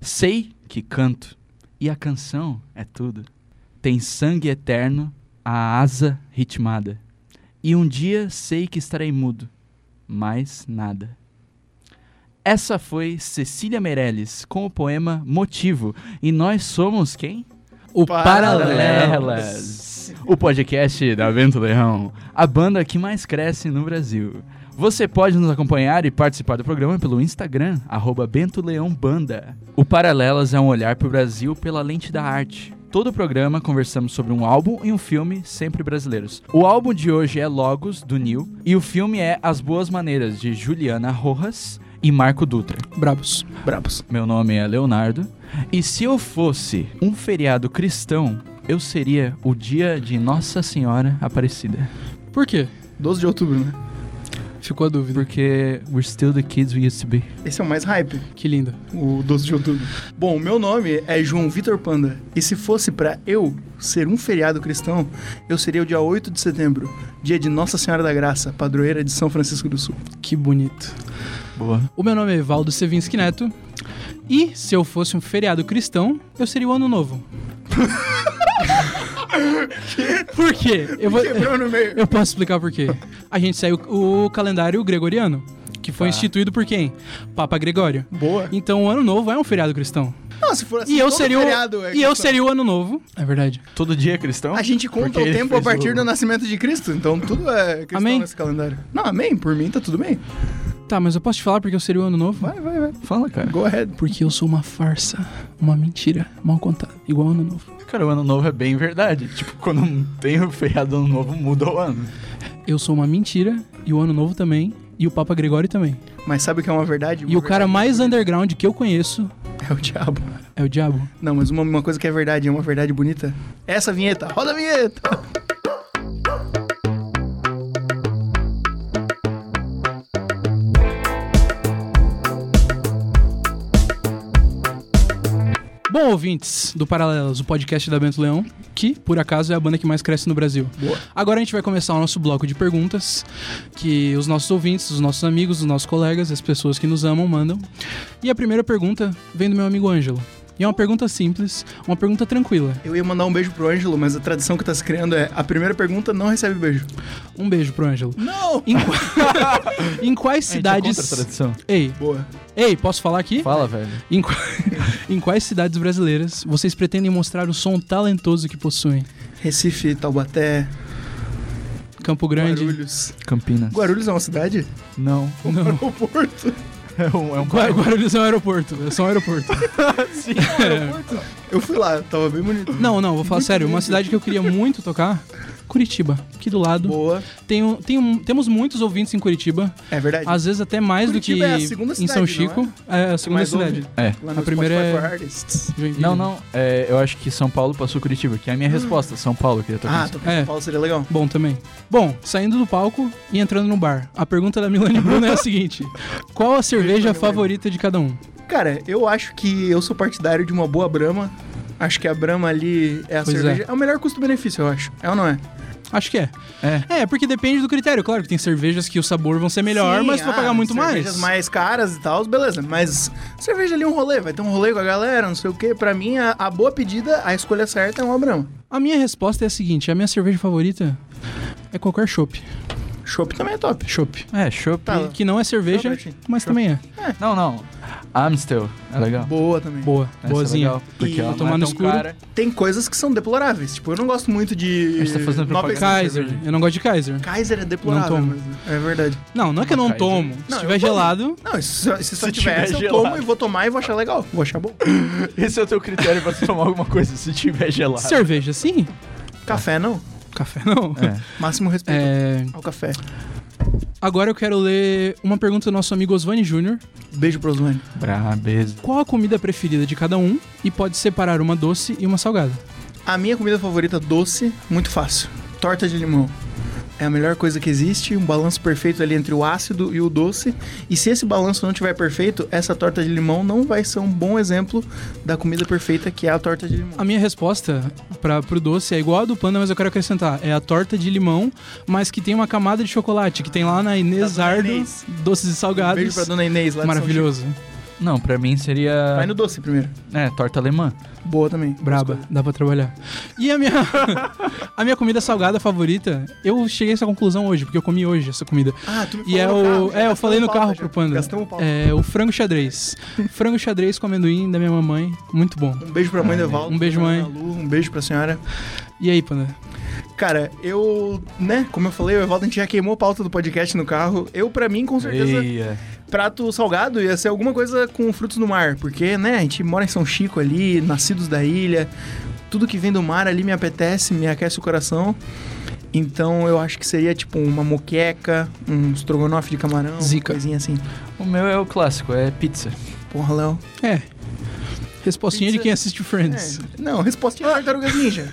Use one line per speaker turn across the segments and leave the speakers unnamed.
Sei que canto, e a canção é tudo. Tem sangue eterno, a asa ritmada. E um dia sei que estarei mudo, mais nada. Essa foi Cecília Meirelles com o poema Motivo. E nós somos quem? O Paralelas, o podcast da Vento Leão, a banda que mais cresce no Brasil. Você pode nos acompanhar e participar do programa pelo Instagram, arroba Bento Leão Banda. O Paralelas é um olhar para o Brasil pela lente da arte. Todo o programa conversamos sobre um álbum e um filme, sempre brasileiros. O álbum de hoje é Logos, do Nil, e o filme é As Boas Maneiras, de Juliana Rojas e Marco Dutra.
Brabos. Brabos.
Meu nome é Leonardo. E se eu fosse um feriado cristão, eu seria o dia de Nossa Senhora Aparecida.
Por quê? 12 de outubro, né? Ficou a dúvida.
Porque we're still the kids we used to be.
Esse é o mais hype,
Que lindo.
o 12 de outubro. Bom, meu nome é João Vitor Panda. E se fosse pra eu ser um feriado cristão, eu seria o dia 8 de setembro, dia de Nossa Senhora da Graça, padroeira de São Francisco do Sul.
Que bonito.
Boa.
O meu nome é Evaldo Sevinski Neto. E se eu fosse um feriado cristão, eu seria o Ano Novo. por quê? Eu, vou-
Quebrou no meio.
eu posso explicar por quê. A gente segue o, o calendário gregoriano, que
Tá.
foi instituído por quem? Papa Gregório.
Boa.
Então o Ano Novo é um feriado cristão.
Não, se for assim,
E eu
todo
seria o,
feriado é
e eu
cristão.
seria o Ano Novo. É verdade.
Todo dia é cristão?
A gente conta
Porque
o
ele
tempo a
fez
partir
o-
do nascimento de Cristo, então tudo é cristão
Amém.
nesse calendário. Não, amém, por mim tá tudo bem.
Tá, mas eu posso te falar porque eu seria o Ano Novo?
Vai, vai, vai.
Fala, cara.
Go ahead.
Porque eu sou uma farsa, uma mentira mal contada, igual Ano Novo.
Cara, o ano novo é bem verdade. Tipo, quando tem o feriado ano novo, muda o ano.
Eu sou uma mentira e o Ano Novo também e o Papa Gregório também.
Mas sabe o que é uma verdade?
E o cara mais underground que eu conheço
É o diabo.
é o diabo.
Não, mas uma, uma coisa que é verdade, é uma verdade bonita. Essa vinheta, roda a vinheta!
Bom, ouvintes do Paralelas, o podcast da Bento Leão, que por acaso é a banda que mais cresce no Brasil.
Boa.
Agora a gente vai começar o nosso bloco de perguntas que os nossos ouvintes, os nossos amigos, os nossos colegas, as pessoas que nos amam mandam. E a primeira pergunta vem do meu amigo Ângelo. E é uma pergunta simples, uma pergunta tranquila.
Eu ia mandar um beijo pro Ângelo, mas a tradição que tá se criando é a primeira pergunta não recebe beijo.
Um beijo pro Ângelo.
Não!
Em, qua- em quais cidades.
é tradição.
Ei,
Boa.
ei, posso falar aqui?
Fala, velho.
Em, qua- em quais cidades brasileiras vocês pretendem mostrar o som talentoso que possuem?
Recife, Taubaté,
Campo Grande.
Guarulhos.
Campinas.
Guarulhos é uma cidade?
Não.
Não.
O porto.
É um, é um
Gua- Guarulhos é um aeroporto. É só um aeroporto.
Eu fui lá, tava bem bonito.
Não, não, vou falar sério. Uma cidade que eu queria muito tocar, Curitiba. Aqui do lado.
Boa.
Tem um- tem um- temos muitos ouvintes em Curitiba.
É verdade.
Às vezes até mais
Curitiba é a
do que
segunda
em São
cidade,
Chico. É? a
Que
segunda
mais
cidade.
ouve
É.
Lá no
A primeira
Spotify
é-
for Artists.
Joinville.
Não, não. é, eu acho que São Paulo passou Curitiba, que é a minha resposta. São Paulo, que eu tô
Ah,
pensando.
tocar em
É.
São Paulo seria legal.
Bom também. Bom, saindo do palco e entrando no bar. A pergunta da Milani Bruna é a seguinte: Qual a cerveja favorita de cada um?
Cara, eu acho que eu sou partidário de uma boa Brahma. Acho que a Brahma ali é a
Pois
cerveja. É. o melhor custo-benefício, eu acho. É ou não é?
Acho que é.
É.
É, porque depende do critério. Claro que tem cervejas que o sabor vão ser melhor,
Sim,
mas tu vai
ah,
pagar muito mais.
cervejas mais caras e tal, beleza. Mas cerveja ali é um rolê, vai ter um rolê com a galera, não sei o quê. Pra mim, a, a boa pedida, a escolha certa é uma Brahma.
A minha resposta é a seguinte: a minha cerveja favorita é qualquer chopp.
Chopp também é top.
Chopp.
É, chopp.
Tá.
Que não é cerveja,
Chopp.
mas também é.
Não, não. Amstel. É legal.
Boa também.
Boa,
Essa é
boazinha.
legal, porque
E
ela
tomar
não é
no
tão
escuro.
cara.
Tem coisas que são deploráveis. Tipo, eu não gosto muito de.
A gente tá fazendo
Nova
propaganda.
Essência de
Kaiser.
cerveja.
Eu não gosto de Kaiser.
Kaiser é deplorável.
Não tomo.
mas é verdade.
Não, não é que eu não
Kaiser.
tomo.
Não,
Se
eu
tiver
tomo.
gelado.
Não, se, se só
Se
tiver,
tiver
essa, eu
gelado.
tomo e vou tomar e vou achar legal. Vou achar bom.
Esse é o teu critério pra tu tomar alguma coisa se tiver gelado.
Cerveja sim.
Café não.
Café não.
É.
Máximo respeito
É,
ao café.
Agora eu quero ler uma pergunta do nosso amigo Osvani Júnior.
Beijo pro Osmani.
Brabeza.
Qual a comida preferida de cada um? E pode separar uma doce e uma salgada.
A minha comida favorita doce, muito fácil. Torta de limão. É a melhor coisa que existe, um balanço perfeito ali entre o ácido e o doce. E se esse balanço não tiver perfeito, essa torta de limão não vai ser um bom exemplo da comida perfeita que é a torta de limão.
A minha resposta para pro doce é igual a do panda, mas eu quero acrescentar. É a torta de limão, mas que tem uma camada de chocolate, que tem lá na Inês
Da dona
Ardo,
Inês.
doces e salgados.
Um Beijo pra dona Inês lá de São
Maravilhoso.
Não, pra mim
Chico.
seria.
Vai no doce primeiro.
É, torta alemã.
Boa também.
Braba, dá pra trabalhar. E a minha, a minha comida salgada favorita, eu cheguei a essa conclusão hoje, porque eu comi hoje essa comida.
Ah, tu me
E é
falou no
o.
carro, já gastamos pauta
É, eu falei no carro
já.
pro Panda.
Gastamos pauta.
É o frango xadrez. frango xadrez com amendoim da minha mamãe, muito bom.
Um beijo pra mãe do Evaldo.
Um beijo,
pra
mãe.
Ana Lu, um beijo pra senhora.
E aí, Panda?
Cara, eu, né, como eu falei, o Evaldo a gente já queimou a pauta do podcast no carro. Eu, pra mim, com certeza,
Eia.
prato salgado ia ser alguma coisa com frutos do mar. Porque, né, a gente mora em São Chico ali, nascidos da ilha. Tudo que vem do mar ali me apetece, me aquece o coração. Então eu acho que seria tipo uma moqueca, um estrogonofe de camarão,
Zica.
uma coisinha assim.
O meu é o clássico, é pizza.
Porra, Léo.
É. Respostinha
Pizza-
de quem assiste Friends.
É, não, resposta é tartarugas ninja.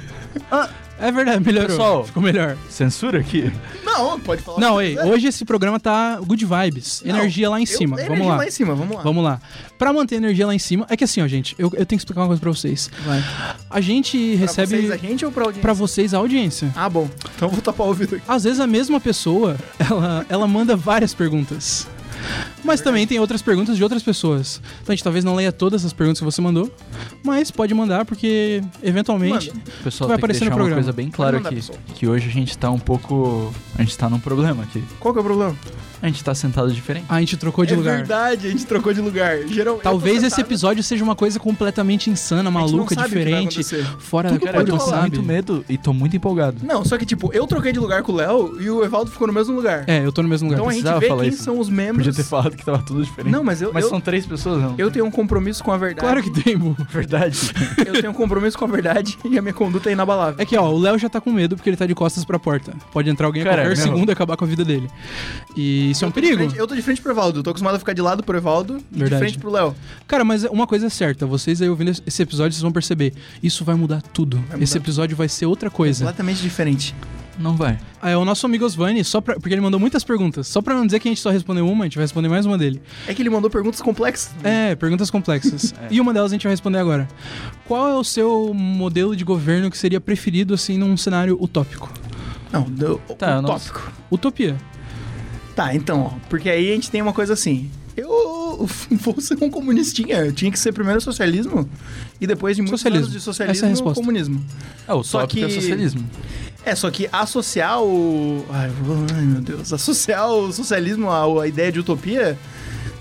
É, verdade, melhorou.
Pessoal.
Ficou melhor.
Censura aqui?
Não, pode falar. o
Não,
que
ei,
quiser.
hoje esse programa tá good vibes.
Não,
energia lá em
Eu-
cima.
energia
Vamos lá.
lá em cima, vamos lá.
Vamos lá. Pra manter a energia lá em cima, é que assim, ó, gente, eu, eu tenho que explicar uma coisa pra vocês.
Vai.
A gente
Pra vocês,
recebe
a gente ou pra audiência?
pra vocês a audiência.
Ah, bom. Então eu vou tapar o ouvido aqui.
Às vezes a mesma pessoa, ela, ela manda várias perguntas. Mas também tem outras perguntas de outras pessoas. Então a gente talvez não leia todas as perguntas que você mandou, mas pode mandar, porque eventualmente.
Pessoal, tem
Vai
que
aparecer no
deixar uma
programa.
coisa bem clara
Vai mandar,
aqui.
pessoal.
Que hoje a gente tá um pouco... A gente tá num problema aqui.
Qual que é o problema?
A gente tá sentado diferente.
A gente trocou de
é
lugar.
verdade, a gente trocou de lugar. Geralmente.
Talvez
eu tô
esse
sentado,
episódio seja uma coisa completamente insana,
a gente não
maluca,
sabe o que vai
diferente,
acontecer.
fora
Tudo
da
pode
curva,
rolar.
sabe?
muito medo e tô muito empolgado.
Não, só que tipo, eu troquei de lugar com o Léo e o Evaldo ficou no mesmo lugar.
É, eu tô no mesmo lugar.
então a gente
precisava
vê
falar
quem
isso.
são os membros.
Podia ter falado que tava tudo diferente.
Não, mas eu,
mas
eu,
são três pessoas, não?
eu tenho um compromisso com a verdade.
Claro que tem, Mu.
Verdade.
eu tenho um compromisso com a verdade e a minha conduta é inabalável.
É que, ó, o Léo já tá com medo porque ele tá de costas pra porta. Pode entrar alguém a
Cara,
qualquer
meu.
segundo e acabar com a vida dele. E isso é um
Eu tô de
perigo.
frente- eu tô de frente pro Evaldo, eu tô acostumado a ficar de lado pro Evaldo e de
Verdade.
frente pro Léo.
Cara, mas uma coisa é certa, vocês aí ouvindo esse episódio, vocês vão perceber, isso vai mudar tudo.
mudar.
Esse episódio vai ser outra coisa.
Completamente diferente.
não vai.
Ah, É, o nosso amigo Osvani, só pra, porque ele mandou muitas perguntas, só pra não dizer que a gente só respondeu uma, a gente vai responder mais uma dele.
É que ele mandou perguntas complexas.
É, perguntas complexas. E uma delas a gente vai responder agora. Qual é o seu modelo de governo que seria preferido, assim, num cenário utópico?
Não, deu
Tá,
o
eu não-
tópico.
Utopia.
Tá, então, ó, porque aí a gente tem uma coisa assim. Eu vou ser um comunistinha. Eu tinha que ser primeiro socialismo e depois de muitos
Socialismo.
anos de
Essa é a
socialismo,
resposta.
comunismo.
É, o
Só
tópico
que-
é o socialismo.
É, só que associar o. Ai, eu vou- ai, meu Deus. Associar o socialismo à, à ideia de utopia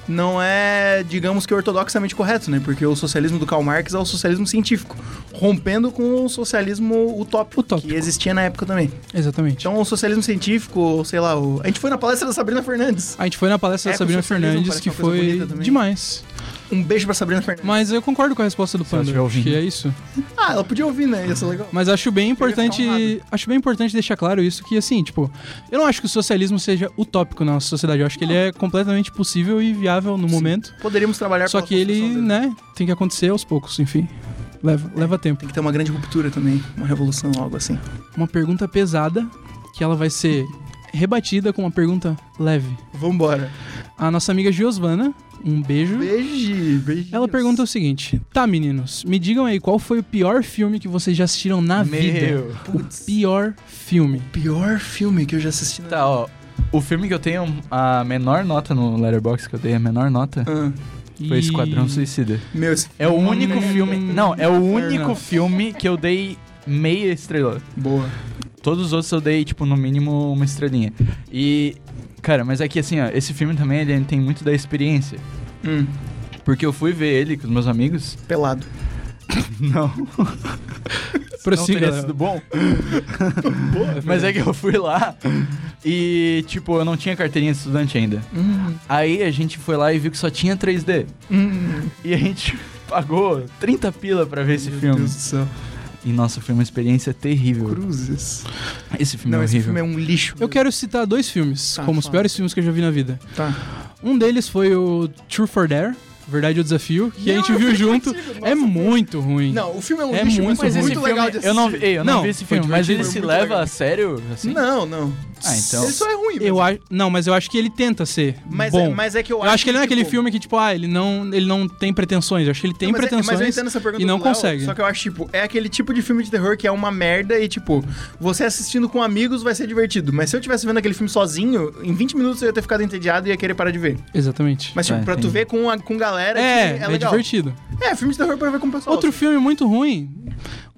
não é, digamos que, ortodoxamente correto, né? Porque o socialismo do Karl Marx é o socialismo científico, rompendo com o socialismo utópico,
Utópico.
que existia na época também.
Exatamente.
Então, o socialismo científico, sei lá, o... a gente foi na palestra da Sabrina Fernandes.
A gente foi na palestra da
É,
Sabrina
com socialismo
Fernandes,
parece
que
uma coisa
foi
bonita também.
demais.
Um beijo pra Sabrina Fernandes.
Mas eu concordo com a resposta do
ela
Panda,
estiver
acho que
ouvindo.
é isso.
Ah, ela podia ouvir, né? Ia um ser legal.
Mas acho bem
ficar
importante,
honrado.
acho bem importante deixar claro isso que assim, tipo, eu não acho que o socialismo seja utópico na nossa sociedade, eu acho que ele é completamente possível e viável no momento.
Poderíamos trabalhar
Só
pela
que ele,
construção dele.
né, tem que acontecer aos poucos, enfim. Leva, leva tempo.
Tem que ter uma grande ruptura também, uma revolução, algo assim.
Uma pergunta pesada que ela vai ser rebatida com uma pergunta leve.
Vambora.
A nossa amiga Giovana, um beijo.
Beijo, beijo.
Ela pergunta o seguinte: Tá, meninos, me digam aí qual foi o pior filme que vocês já assistiram na vida?
Meu.
Putz,
Pior filme.
pior filme que eu já assisti na.
Tá, ó. O filme que eu tenho a menor nota no Letterboxd, que eu dei a menor nota,
Ah,
foi
E-
Esquadrão Suicida.
meu, esse...
É o único
Hum.
filme... Não, é o único
Fernando.
filme que eu dei meia estrela.
é boa.
Todos os outros eu dei, tipo, no mínimo uma estrelinha. E... Cara, mas é que assim, ó, esse filme também ele tem muito da experiência.
Hum,
Porque eu fui ver ele com os meus amigos.
pelado.
Não, não
Prossiga.
teria
Léo.
sido bom. Mas é que eu fui lá e, tipo, eu não tinha carteirinha de estudante ainda.
Hum,
Aí a gente foi lá e viu que só tinha 3D.
hum.
E a gente pagou 30 pila pra ver esse
Meu
filme.
Deus do céu.
E nossa, foi uma experiência terrível.
Cruzes.
Esse filme
Não,
é
esse
horrível.
filme é um lixo.
Eu quero citar dois filmes
Tá,
como os
fala.
piores filmes que eu já vi na vida.
Tá.
Um deles foi o True for Dare, Verdade ou Desafio, que a gente
Não,
viu
não é
junto.
possível,
é
nossa,
muito ruim.
Não, o filme é um
É
lixo,
muito
mas
ruim.
é
Esse
muito legal de assistir.
eu não, ei, eu não,
Não,
vi esse
foi
filme, mas ele
divertido,
se
foi muito
leva
legal.
a sério? Assim?
Não, não.
Ah, então.
Ele só é ruim.
Eu
mesmo.
acho, não, mas eu acho que ele tenta ser
mas, É,
bom.
mas é que eu,
eu acho que ele não é aquele
tipo,
filme que tipo, ah, ele não, ele não tem pretensões. Eu acho que ele
Não,
tem
mas é- mas eu
pretensões.
entendo essa pergunta
e não
do Léo,
consegue.
Só que eu acho, tipo, é aquele tipo de filme de terror que é uma merda e, tipo, você assistindo com amigos vai ser divertido. Mas se eu tivesse vendo aquele filme sozinho, em 20 minutos eu ia ter ficado entediado e ia querer parar de ver.
Exatamente.
Mas, tipo,
É,
pra tu
entendi.
ver com, a, com galera,
é,
tipo,
é,
é legal.
divertido.
É, filme de terror pra ver com o pessoal.
Outro filme muito ruim,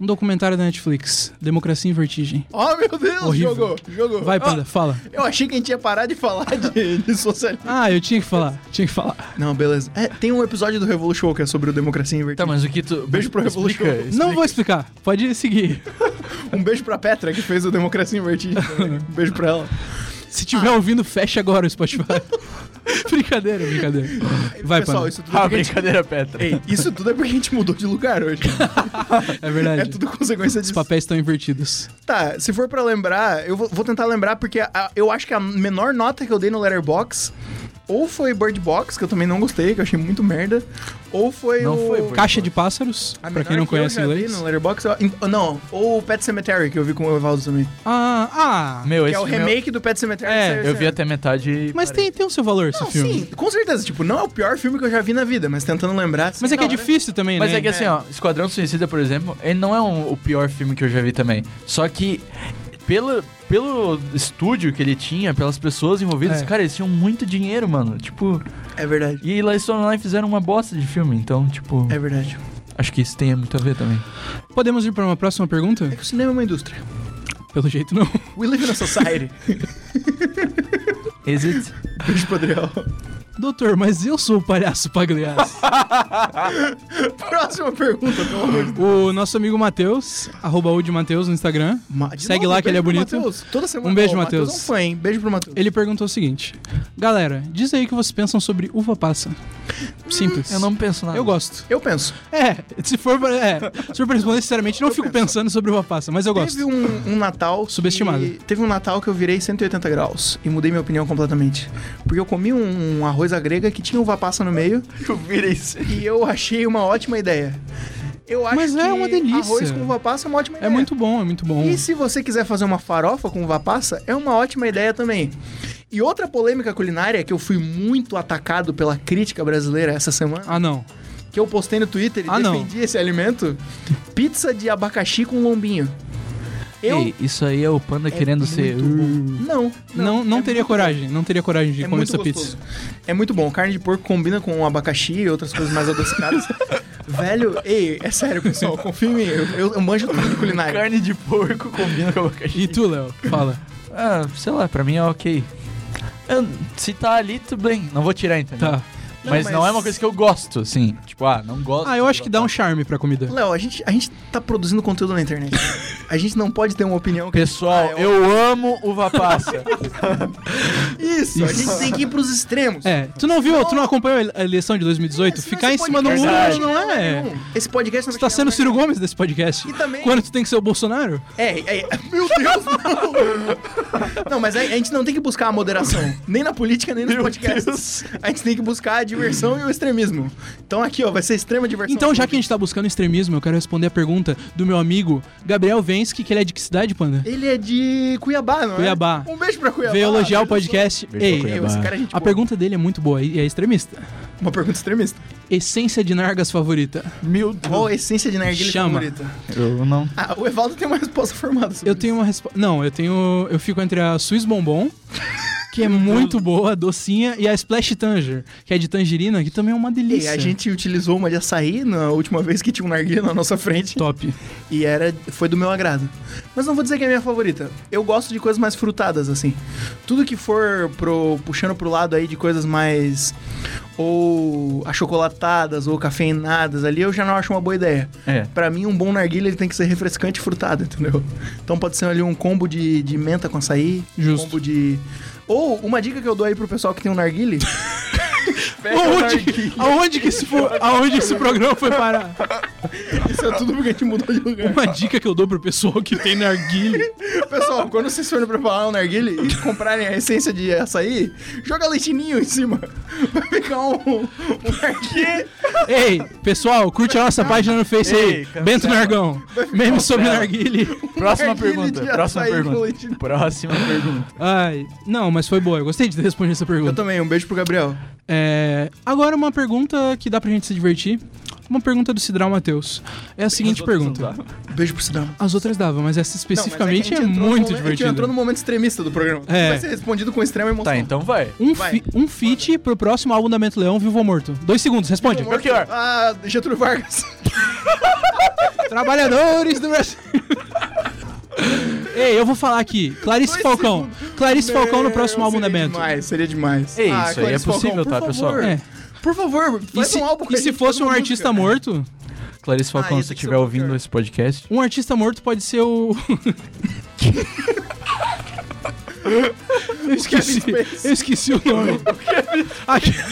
um documentário da Netflix, Democracia em Vertigem.
Oh, meu Deus,
Horrível.
jogou, jogou.
Vai,
Ah,
Panda, fala.
eu achei que a gente ia parar de falar de, de socialismo.
Ah, eu tinha que falar, tinha que falar.
Não, beleza. É, tem um episódio do Revolution Show que é sobre o Democracia
Tá,
Invertida.
mas o que tu.
Beijo pro
explica,
Revolution.
explica.
Não vou explicar, pode seguir.
Um beijo pra Petra, que fez o Democracia Invertida. também. um beijo pra ela.
Se tiver
Ah.
ouvindo, fecha agora o Spotify. brincadeira, brincadeira. Vai,
Pessoal,
Panda.
isso tudo é
Ah,
porque a gente-
brincadeira, Petra.
Ei, isso tudo é porque a gente mudou de lugar hoje.
É verdade.
É tudo consequência
Os
disso.
papéis estão invertidos.
Tá, se for pra lembrar, eu vou, vou tentar lembrar porque a- eu acho que a menor nota que eu dei no Letterbox ou foi Bird Box, que eu também não gostei, que eu achei muito merda, ou foi
Não
o...
foi Bird
Caixa de Pássaros,
A
pra
menor
quem não
que eu
conhece
já dei
inglês.
No Letterbox, eu- in- não, ou o Pet Cemetery, que eu vi com o Evaldo também.
Ah, ah.
Meu,
que
esse
é o
filme
remake do Pet Cemetery.
É,
que saiu
Eu
esse
vi
ano.
até metade. e
Mas
parei.
tem, tem o seu valor esse
Não,
filme.
sim, com certeza. Tipo, não é o pior filme que eu já vi na vida, mas tentando lembrar... assim,
Mas é que é
não, né?
difícil também,
Mas
né?
é que assim, ó, Esquadrão Suicida, por exemplo, ele não é um- o pior filme que eu já vi também. Só que, pelo, pelo estúdio que ele tinha, pelas pessoas envolvidas,
É.
cara, eles tinham muito dinheiro, mano. Tipo,
É verdade.
e lá eles foram lá e fizeram uma bosta de filme. Então, tipo,
É verdade.
acho que isso tem muito a ver também.
Podemos ir pra uma próxima pergunta?
É que o cinema é uma indústria.
Pelo jeito, não.
We live in a society.
Is it?
Beijo pro Adriel.
Doutor, mas eu sou o palhaço Pagliasso.
Próxima pergunta, pelo amor de Deus.
o nosso amigo Matheus, arroba o de Matheus no Instagram,
Ma- de
Segue lá que ele é
beijo pro
bonito.
Matheus. Toda semana.
Um beijo,
Ó, o
Matheus.
é um fã, hein? Beijo pro Matheus.
ele perguntou o seguinte. Galera, diz aí o que vocês pensam sobre uva passa. Simples.
Eu não penso nada.
Eu gosto.
Eu penso.
É, se for pra, é, se for pra responder, sinceramente, não
Eu
fico
penso.
pensando sobre uva passa, mas eu gosto.
Teve um, um Natal. que-
Subestimado.
Teve um Natal que eu virei 180 graus e mudei minha opinião completamente. Porque eu comi um, um arroz à grega que tinha uva passa no meio
Eu virei isso.
e eu achei uma ótima ideia. Eu acho
Mas
que
é uma delícia.
arroz com uva passa é uma ótima
É
ideia.
muito bom, é muito bom.
E se você quiser fazer uma farofa com uva passa, é uma ótima ideia também. E outra polêmica culinária que eu fui muito atacado pela crítica brasileira essa semana.
Ah, não.
que eu postei no Twitter e
Ah, não.
defendi esse alimento, pizza de abacaxi com lombinho. Eu
Ei, isso aí é o panda querendo ser.
não,
Não, não
é
teria
muito-
coragem, não teria coragem de
É
comer
muito
essa
gostoso.
pizza.
É muito bom. Carne de porco combina com abacaxi e outras coisas mais adocicadas. Velho, ei, é sério, pessoal, confia em mim. Eu, eu, eu manjo tudo de culinária.
"Uh, Carne de porco combina com abacaxi.
E tu, Léo? Fala.
Ah, sei lá, pra mim é ok. Eu- se tá ali, tudo bem. Não vou tirar, entendeu?
Tá.
Mas não, é uma coisa que eu gosto, assim. Tipo, ah, não gosto.
Ah, eu acho que dá um charme pra comida.
Léo, a gente, a gente tá produzindo conteúdo na internet. A gente não pode ter uma opinião que.
Pessoal,
Ah,
eu... amo uva passa.
Isso, a
Isso.
gente tem que ir pros extremos.
É, tu não viu, tu não acompanhou a eleição de 2018?
Senão
Ficar
esse
em cima do muro
podcast-
não é.
Esse podcast não vai
Tu tá
chegar
sendo
a
o
lugar
Ciro
nenhum.
Gomes desse podcast.
E também-
Quando tu tem que ser o Bolsonaro?
É, é, meu Deus, não! Não, mas a, a gente não tem que buscar a moderação. Nem na política, nem nos podcasts. A gente tem que buscar a diversão e o extremismo. Então aqui, ó, vai ser extrema diversão.
Então, já que a gente tá buscando extremismo, eu quero responder a pergunta do meu amigo Gabriel Vensky, que ele é de que cidade, Panda?
Ele é de Cuiabá, não é?
Cuiabá.
Um beijo pra Cuiabá.
Veio elogiar o podcast.
Beijo pra
Ei,
Cuiabá.
Eu, esse cara é gente
a
boa.
pergunta dele é muito boa e é extremista.
Uma pergunta extremista.
Essência de nargas favorita?
Meu Deus.
Qual a essência de narguilha
Chama.
favorita?
Eu não.
Ah, o Evaldo tem uma resposta formada sobre
Eu tenho uma resposta. Não, eu tenho. Eu fico entre a Swiss Bombom, que é muito boa, docinha, e a Splash Tanger, que é de tangerina, que também é uma
isso. E
delícia.
a gente utilizou uma de açaí na última vez que tinha um narguilha na nossa frente.
Top.
E era, foi do meu agrado. Mas não vou dizer que é a minha favorita. Eu gosto de coisas mais frutadas, assim. Tudo que for pro, puxando pro lado aí de coisas mais. ou achocolatadas ou cafeinadas ali, eu já não acho uma boa ideia.
É.
Pra mim, um bom narguilha ele tem que ser refrescante e frutado, entendeu? Então pode ser ali um combo de, de menta com açaí, um
Justo.
combo de. Ou uma dica que eu dou aí pro pessoal que tem um narguile. pega
Aonde, aonde que esse, fo- aonde esse programa foi parar?
Isso é tudo porque a gente mudou de lugar.
Uma dica que eu dou pro pessoal que tem narguile.
Pessoal, quando vocês forem preparar um narguile e comprarem a essência de açaí, joga leitinho em cima. Vai ficar um, um narguile.
Ei, pessoal, curte a nossa página no Face
Ei,
aí.
cancela.
Bento Nargão. Meme sobre
cancela.
narguile.
Próxima
narguile
pergunta.
de
Próxima
açaí com
pergunta.
leite de-
Próxima pergunta.
Ai, não, mas foi boa. Eu gostei de responder essa
Eu
pergunta.
também, um beijo pro Gabriel.
É, agora uma pergunta que dá pra gente se divertir. Uma pergunta do Cidral Matheus. É a seguinte pergunta.
Beijo pro Sidão.
As outras davam, mas essa especificamente é, muito
divertido. A é gente
divertida.
entrou no momento extremista do programa.
É.
Vai ser respondido com extrema emoção.
Tá, então vai.
Um,
Vai.
fi, um feat pro próximo álbum da Mento Leão, Vivo ou Morto. Dois segundos, responde.
Morto.
Melchior.
Ah, Getúlio Vargas.
Trabalhadores do Brasil. Ei, eu vou falar aqui. Clarice
Dois
Falcão. Clarice Falcão no próximo
Meu,
álbum da
seria
Bento.
Demais, seria demais. Ah,
Ei, isso aí é
Clarice Falcão,
possível,
por
tá,
favor.
pessoal?
É.
Por favor,
E
faz
se,
um álbum com
e
a
se
gente,
fosse
toda
um
música.
artista morto,
Clarice Falcão,
Ah, esse
se
tem que ser
estiver
o
ouvindo
Melchior.
esse podcast,
um artista morto pode ser o. eu esqueci.
Kevin Spacey.
Eu esqueci o nome. Aque-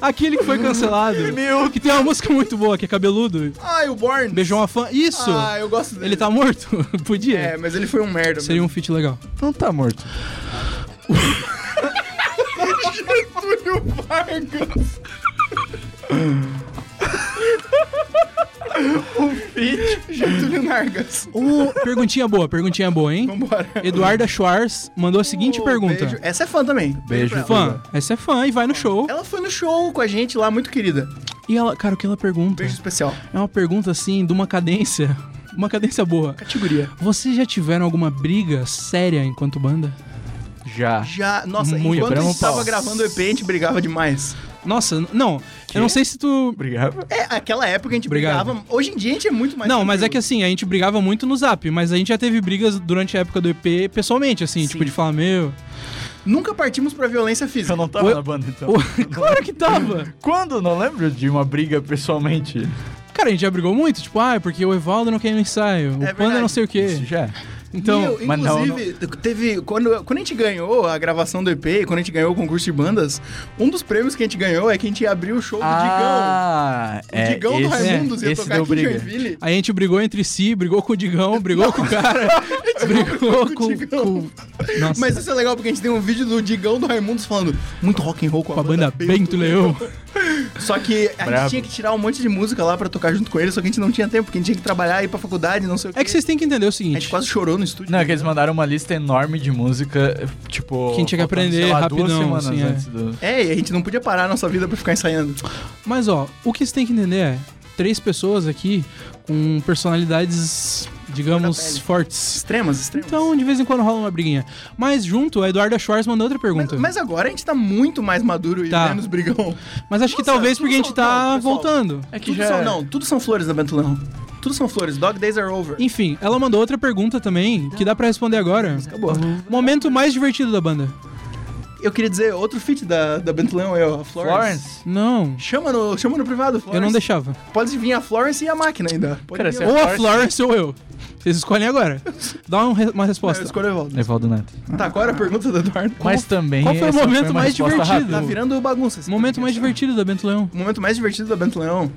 Aquele que foi cancelado.
Meu
Que tem uma música muito boa, que é cabeludo.
Ai, o Born.
Beijou uma fã. Isso!
Ah, eu gosto dele.
Ele tá morto? Podia.
É, mas ele foi um merda.
Seria um feat legal.
não tá morto.
Túlio Vargas. o Fit Getúlio Vargas.
Ô, perguntinha boa, perguntinha boa, hein?
Vambora.
Eduarda Schwarz mandou a seguinte
Oh,
pergunta.
beijo. Essa é fã também.
Beijo,
pra ela.
Fã, essa é fã e vai no show.
Ela foi no show com a gente lá, muito querida.
E ela, cara, o que ela pergunta?
Beijo especial.
É uma pergunta assim, de uma cadência. Uma cadência boa.
Categoria.
Vocês já tiveram alguma briga séria enquanto banda?
Já.
Já, nossa,
Muito.
enquanto a
Quebramos
gente
o
tava
pau.
gravando o EP, a gente brigava demais.
Nossa, n- não. Eu não sei se tu.
Obrigado.
É, aquela época a gente
Obrigado.
brigava. Hoje em dia a gente é muito mais.
não, mas é que
tranquilo.
assim, a gente brigava muito no zap, mas a gente já teve brigas durante a época do EP pessoalmente, assim, tipo de falar, meu.
Nunca partimos pra violência física.
Eu não tava
Oi-
na banda, então.
Pô, claro que tava!
Quando? Não lembro de uma briga pessoalmente.
Cara, a gente já brigou muito, tipo, ah, é porque o Evaldo não quer ir no ensaio, o
É
Panda não
verdade.
sei o quê.
Isso já.
Então,
Meu,
mas não,
inclusive, teve. Quando, quando a gente ganhou a gravação do EP, quando a gente ganhou o concurso de bandas, um dos prêmios que a gente ganhou é que a gente abriu o show do
Ah,
Digão.
é,
o Digão do
esse- é,
Raimundos ia
esse
tocar
deu
aqui em
briga.
Joinville.
Aí a gente brigou entre si, brigou com o Digão, brigou com o cara, brigou
com o
com,
Digão.
com- Nossa,
Mas isso é legal porque a gente tem um vídeo do Digão do Raimundos falando muito rock and roll com a,
com a banda Bento Leão.
Só que a
Brabo.
gente tinha que tirar um monte de música lá pra tocar junto com ele, só que a gente não tinha tempo, porque a gente tinha que trabalhar, ir pra faculdade, não sei o quê.
É que vocês têm que entender o
A
seguinte.
gente quase chorou no estúdio.
Não, é que eles mandaram uma lista enorme de música, tipo...
Que a gente tinha
faltando,
que aprender
sei lá, duas
rapidão,
semanas
assim, é.
antes do...
É, e a gente não podia parar a nossa vida pra ficar ensaiando.
Mas ó, o que você tem que entender é três pessoas aqui com personalidades,
Cor da
digamos,
pele.
fortes.
Extremas, extremas.
Então, de vez em quando rola uma briguinha. Mas junto, a Eduarda Schwarz mandou outra
mas,
pergunta.
mas agora a gente tá muito mais maduro e
Tá.
menos brigão.
Mas acho que
Nossa,
talvez
tudo
porque a gente
são-
tá
não, pessoal.
voltando.
É que
tudo
já...
são, não, tudo são flores da Bentulão. Tudo são flores. Dog days are over.
Enfim, ela mandou outra pergunta também, que dá pra responder agora. Uhum.
Acabou.
Momento mais divertido da banda.
Eu queria dizer outro feat da, da Bentulão é a Florence.
Florence?
Não.
Chama no, chama no privado, Florence.
Eu não deixava.
Pode vir a Florence e a máquina ainda. Pode
Cara,
vir
você
a-
é
Ou a
Florence-
Florence ou eu. Vocês escolhem agora. Dá um re- uma
Não,
resposta.
eu escolho o Evaldo.
Evaldo Neto.
Tá, agora a pergunta do Eduardo.
É Mas também...
qual foi o
essa
momento
uma
mais
resposta
divertido?
rápida.
Tá virando bagunça. esse
Momento mais
podcast. né?
divertido da Bento Leão.
O momento mais divertido da Bento Leão.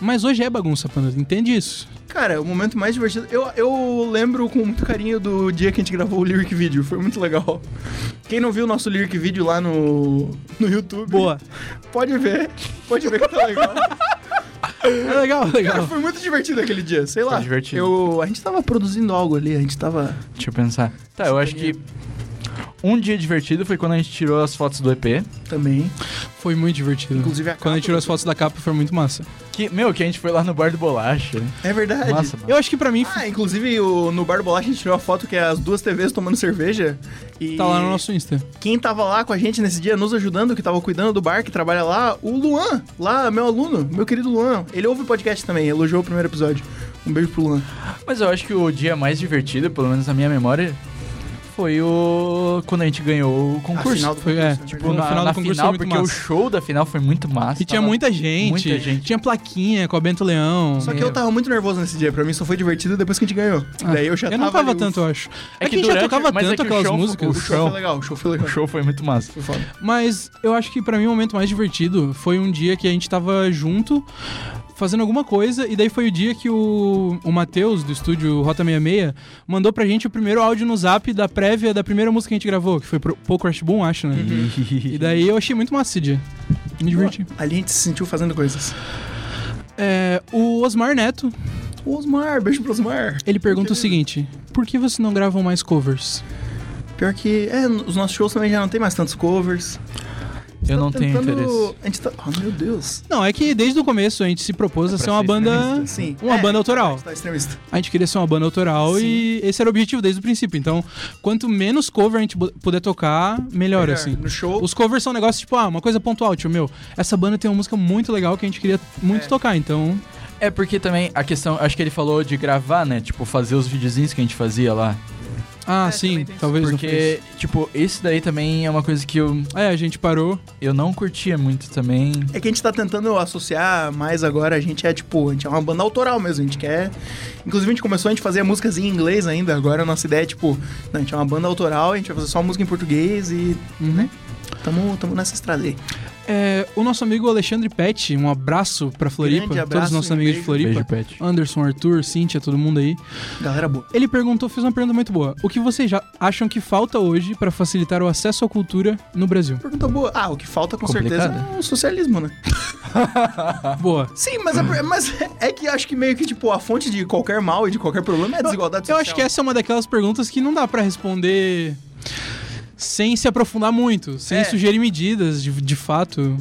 Mas hoje é bagunça, Panda. Entende isso?
Cara, o momento mais divertido. Eu, eu lembro com muito carinho do dia que a gente gravou o lyric video. Foi muito legal. Quem não viu o nosso lyric video lá no, no YouTube.
Boa.
Pode ver. Pode ver que tá legal.
É legal, é
Cara,
legal.
foi muito divertido aquele dia. Sei lá.
Foi divertido.
Eu, a gente tava produzindo algo ali. A gente tava.
Deixa eu pensar. Tá, eu acho que... Um dia divertido foi quando a gente tirou as fotos do EP.
Também.
Foi muito divertido.
Inclusive a
Quando a gente
capa
tirou
do-
as fotos da capa foi muito massa.
Que, meu, que a gente foi lá no Bar do Bolacha.
É verdade.
Nossa, mano.
Eu acho que pra mim
Ah, inclusive o, no Bar do Bolacha a gente tirou a foto que é as duas TVs tomando cerveja. E
tá lá no nosso Insta.
Quem tava lá com a gente nesse dia, nos ajudando, que tava cuidando do bar, que trabalha lá, o Luan, lá, meu aluno, meu querido Luan. Ele ouve o podcast também, elogiou o primeiro episódio. Um beijo pro Luan.
Mas eu acho que o dia mais divertido, pelo menos na minha memória, foi o. Quando a gente ganhou o concurso.
final do
Foi,
concurso, né?
é, tipo,
Tipo,
No
na,
final
na
do concurso
final,
foi muito
porque o
massa.
show da final foi muito massa.
E tinha
Tava-
muita gente.
muita gente.
Tinha plaquinha com a Bento Leão. É.
Só que eu tava muito nervoso nesse dia. Pra mim só foi divertido depois que a gente ganhou. Daí eu já
Ah, eu
tava.
não tava
ali,
tanto, eu acho. É, que,
que
já
durante-
tocava
mas é
tanto
que o
aquelas
show-
O
músicas.
show
Show.
foi legal, o show foi
O
legal.
show foi muito massa.
Foi foda.
Mas eu acho que pra mim o momento mais divertido foi um dia que a gente tava junto fazendo alguma coisa e daí foi o dia que o, o Matheus do estúdio Rota 66 mandou pra gente o primeiro áudio no Zap da prévia da primeira música que a gente gravou, que foi pro, pro Crash Boom, acho, né?
Uhum.
E daí eu achei muito massa esse dia. Me diverti.
Ali a gente se sentiu fazendo coisas.
É, o Osmar Neto,
O Osmar, beijo pro Osmar.
ele pergunta o seguinte: Por que vocês não gravam mais covers?
Pior que, é, os nossos shows também já não tem mais tantos covers.
Eu não
Tá
tenho
tentando-
interesse.
A gente tá. Oh, meu Deus.
Não, é que desde o começo a gente se propôs a
pra
ser uma
ser
banda.
extremista.
Sim.
Uma
É,
banda autoral.
Tá extremista.
A gente queria ser uma banda autoral
Sim.
e esse era o objetivo desde o princípio. Então, quanto menos cover a gente bo- puder tocar,
É
melhor,
Melhor,
assim.
No show.
Os covers são um negócio tipo, ah, uma coisa pontual, tipo, meu, essa banda tem uma música muito legal que a gente queria muito
É.
tocar, então.
É porque também a questão, acho que ele falou de gravar, né? Tipo, fazer os videozinhos que a gente fazia lá.
Ah,
É,
sim,
também tem isso.
talvez não
Porque, tipo, esse daí também é uma coisa que eu,
fez. É, a gente parou.
eu não curtia muito também.
É que a gente tá tentando associar mais agora, a gente é tipo, a gente é uma banda autoral mesmo, a gente quer. Inclusive a gente começou a gente fazer músicas em inglês ainda, agora a nossa ideia é tipo, não, a gente é uma banda autoral, a gente vai fazer só música em português e
Uhum.
Né? tamo, tamo nessa estrada aí.
É, o nosso amigo Alexandre Pet, um abraço pra Floripa,
Grande abraço,
todos os nossos
um
amigos de
beijo.
Floripa.
Beijo, Pet.
Anderson, Arthur, Cíntia, todo mundo aí.
Galera boa.
Ele perguntou, fez uma pergunta muito boa. O que vocês já acham que falta hoje pra facilitar o acesso à cultura no Brasil?
Pergunta boa. Ah, o que falta com
Complicada.
certeza é o socialismo, né?
Tá.
Boa.
Sim, mas, é, mas é que acho que meio que tipo, a fonte de qualquer mal e de qualquer problema é a desigualdade
Eu
social.
acho que essa é uma daquelas perguntas que não dá pra responder sem se aprofundar muito, sem
É.
sugerir medidas de, de fato.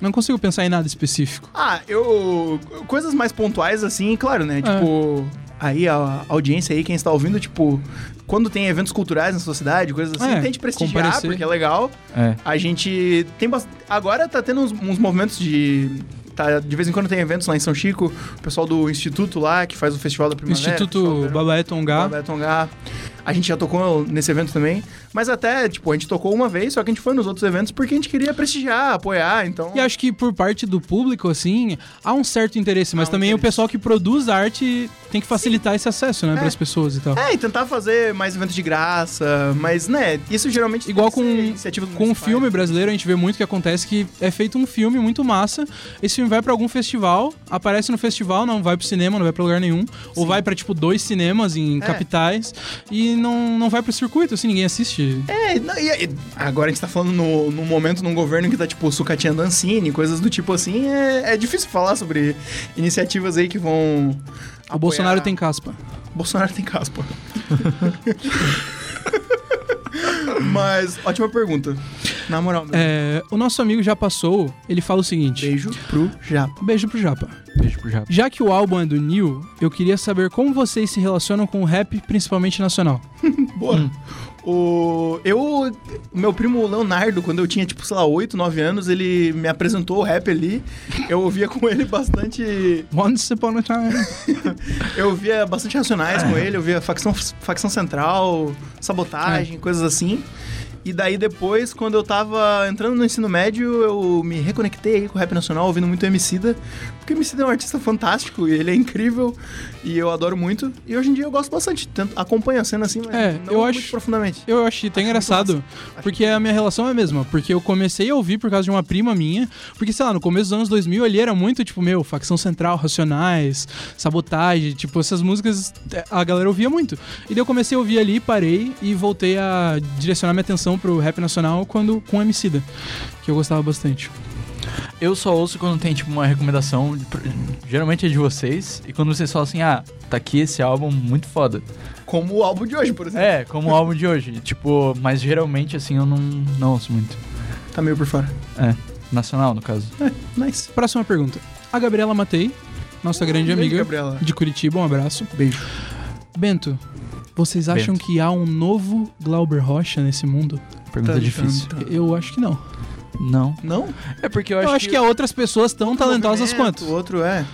Não consigo pensar em nada específico.
Ah, eu. Coisas mais pontuais, assim, claro,
É.
né? Tipo. Aí a audiência aí, quem está ouvindo, tipo, quando tem eventos culturais na sua cidade, coisas assim,
É,
tente prestigiar,
comparecer.
porque é legal.
É.
A gente tem bast... Agora tá tendo uns, uns movimentos de. Tá, de vez em quando tem eventos lá em São Chico, o pessoal do Instituto lá, que faz o Festival da Primavera. Festival
Instituto
do
Babaé Tongá.
Beto Tongá. A gente já tocou nesse evento também. Mas até, tipo, a gente tocou uma vez, só que a gente foi nos outros eventos porque a gente queria prestigiar, apoiar, então.
E acho que por parte do público, assim, há um certo interesse, mas
Há um
também o
interesse.
pessoal que produz arte tem que facilitar esse acesso, né,
É.
para as pessoas e tal.
É, e tentar fazer mais eventos de graça, mas, né, isso geralmente...
Igual
tem que
com-
ser iniciativa do
Com o
municipal.
filme brasileiro, a gente vê muito que acontece que é feito um filme muito massa. Esse filme vai pra algum festival, aparece no festival, não vai pro cinema, não vai pra lugar nenhum. Ou vai pra, tipo, dois cinemas em
É.
capitais e não, não vai pro circuito, assim, ninguém assiste.
É, não, e, e agora a gente tá falando no, num momento, num governo que tá, tipo, sucateando Ancine, coisas do tipo assim, é, é difícil falar sobre iniciativas aí que vão...
O
apoiar-
Bolsonaro tem caspa.
Bolsonaro tem caspa. mas, ótima pergunta. Na moral, meu.
É, o nosso amigo já passou, ele fala o seguinte:
Beijo pro Japa.
Beijo pro Japa.
Beijo pro Japa.
Já que o álbum é do Neil, eu queria saber como vocês se relacionam com o rap, principalmente nacional.
Boa. O, eu, meu primo Leonardo, quando eu tinha, tipo, sei lá, 8, 9 anos, ele me apresentou o rap ali. Eu ouvia com ele bastante.
Once upon a time.
Eu ouvia bastante Racionais
É.
com ele, eu ouvia facção, facção Central,
É.
Sabotagem, coisas assim. E daí depois, quando eu tava entrando no ensino médio, eu me reconectei aí com o rap nacional, ouvindo muito Emicida. Porque Emicida é um artista fantástico e ele é incrível. E eu adoro muito. E hoje em dia eu gosto bastante. Tento, acompanho a cena assim, mas
É,
não
eu
muito
acho-
profundamente.
Eu achei até engraçado, porque a minha relação é a mesma. Porque eu comecei a ouvir por causa de uma prima minha. Porque, sei lá, no começo dos anos 2000 ali era muito, tipo, meu, facção central, racionais, sabotagem. Tipo, essas músicas é, a galera ouvia muito. E daí eu comecei a ouvir ali, parei e voltei a direcionar minha atenção pro rap nacional quando com Emicida, que eu gostava bastante.
Eu só ouço quando tem, tipo, uma recomendação, de- geralmente é de vocês, e quando vocês falam assim, ah, tá aqui esse álbum muito foda.
Como o álbum de hoje, por exemplo.
É, como o álbum de hoje. Tipo, mas geralmente, assim, eu não, não ouço muito.
Tá meio por fora.
É, nacional, no caso.
Nice.
Próxima pergunta. A Gabriela Matei, nossa grande
Uh, Beijo,
amiga
Gabriela.
de Curitiba, um abraço. Beijo. Bento, vocês acham
Bento.
que há um novo Glauber Rocha nesse mundo?
Pergunta
Tan,
difícil.
tan, tan.
Eu acho que não.
Não.
Tá Não?
É porque eu
Eu
acho,
é, acho, que, há outras pessoas tão talentosas
é. Movimento,
quanto.
Outro é.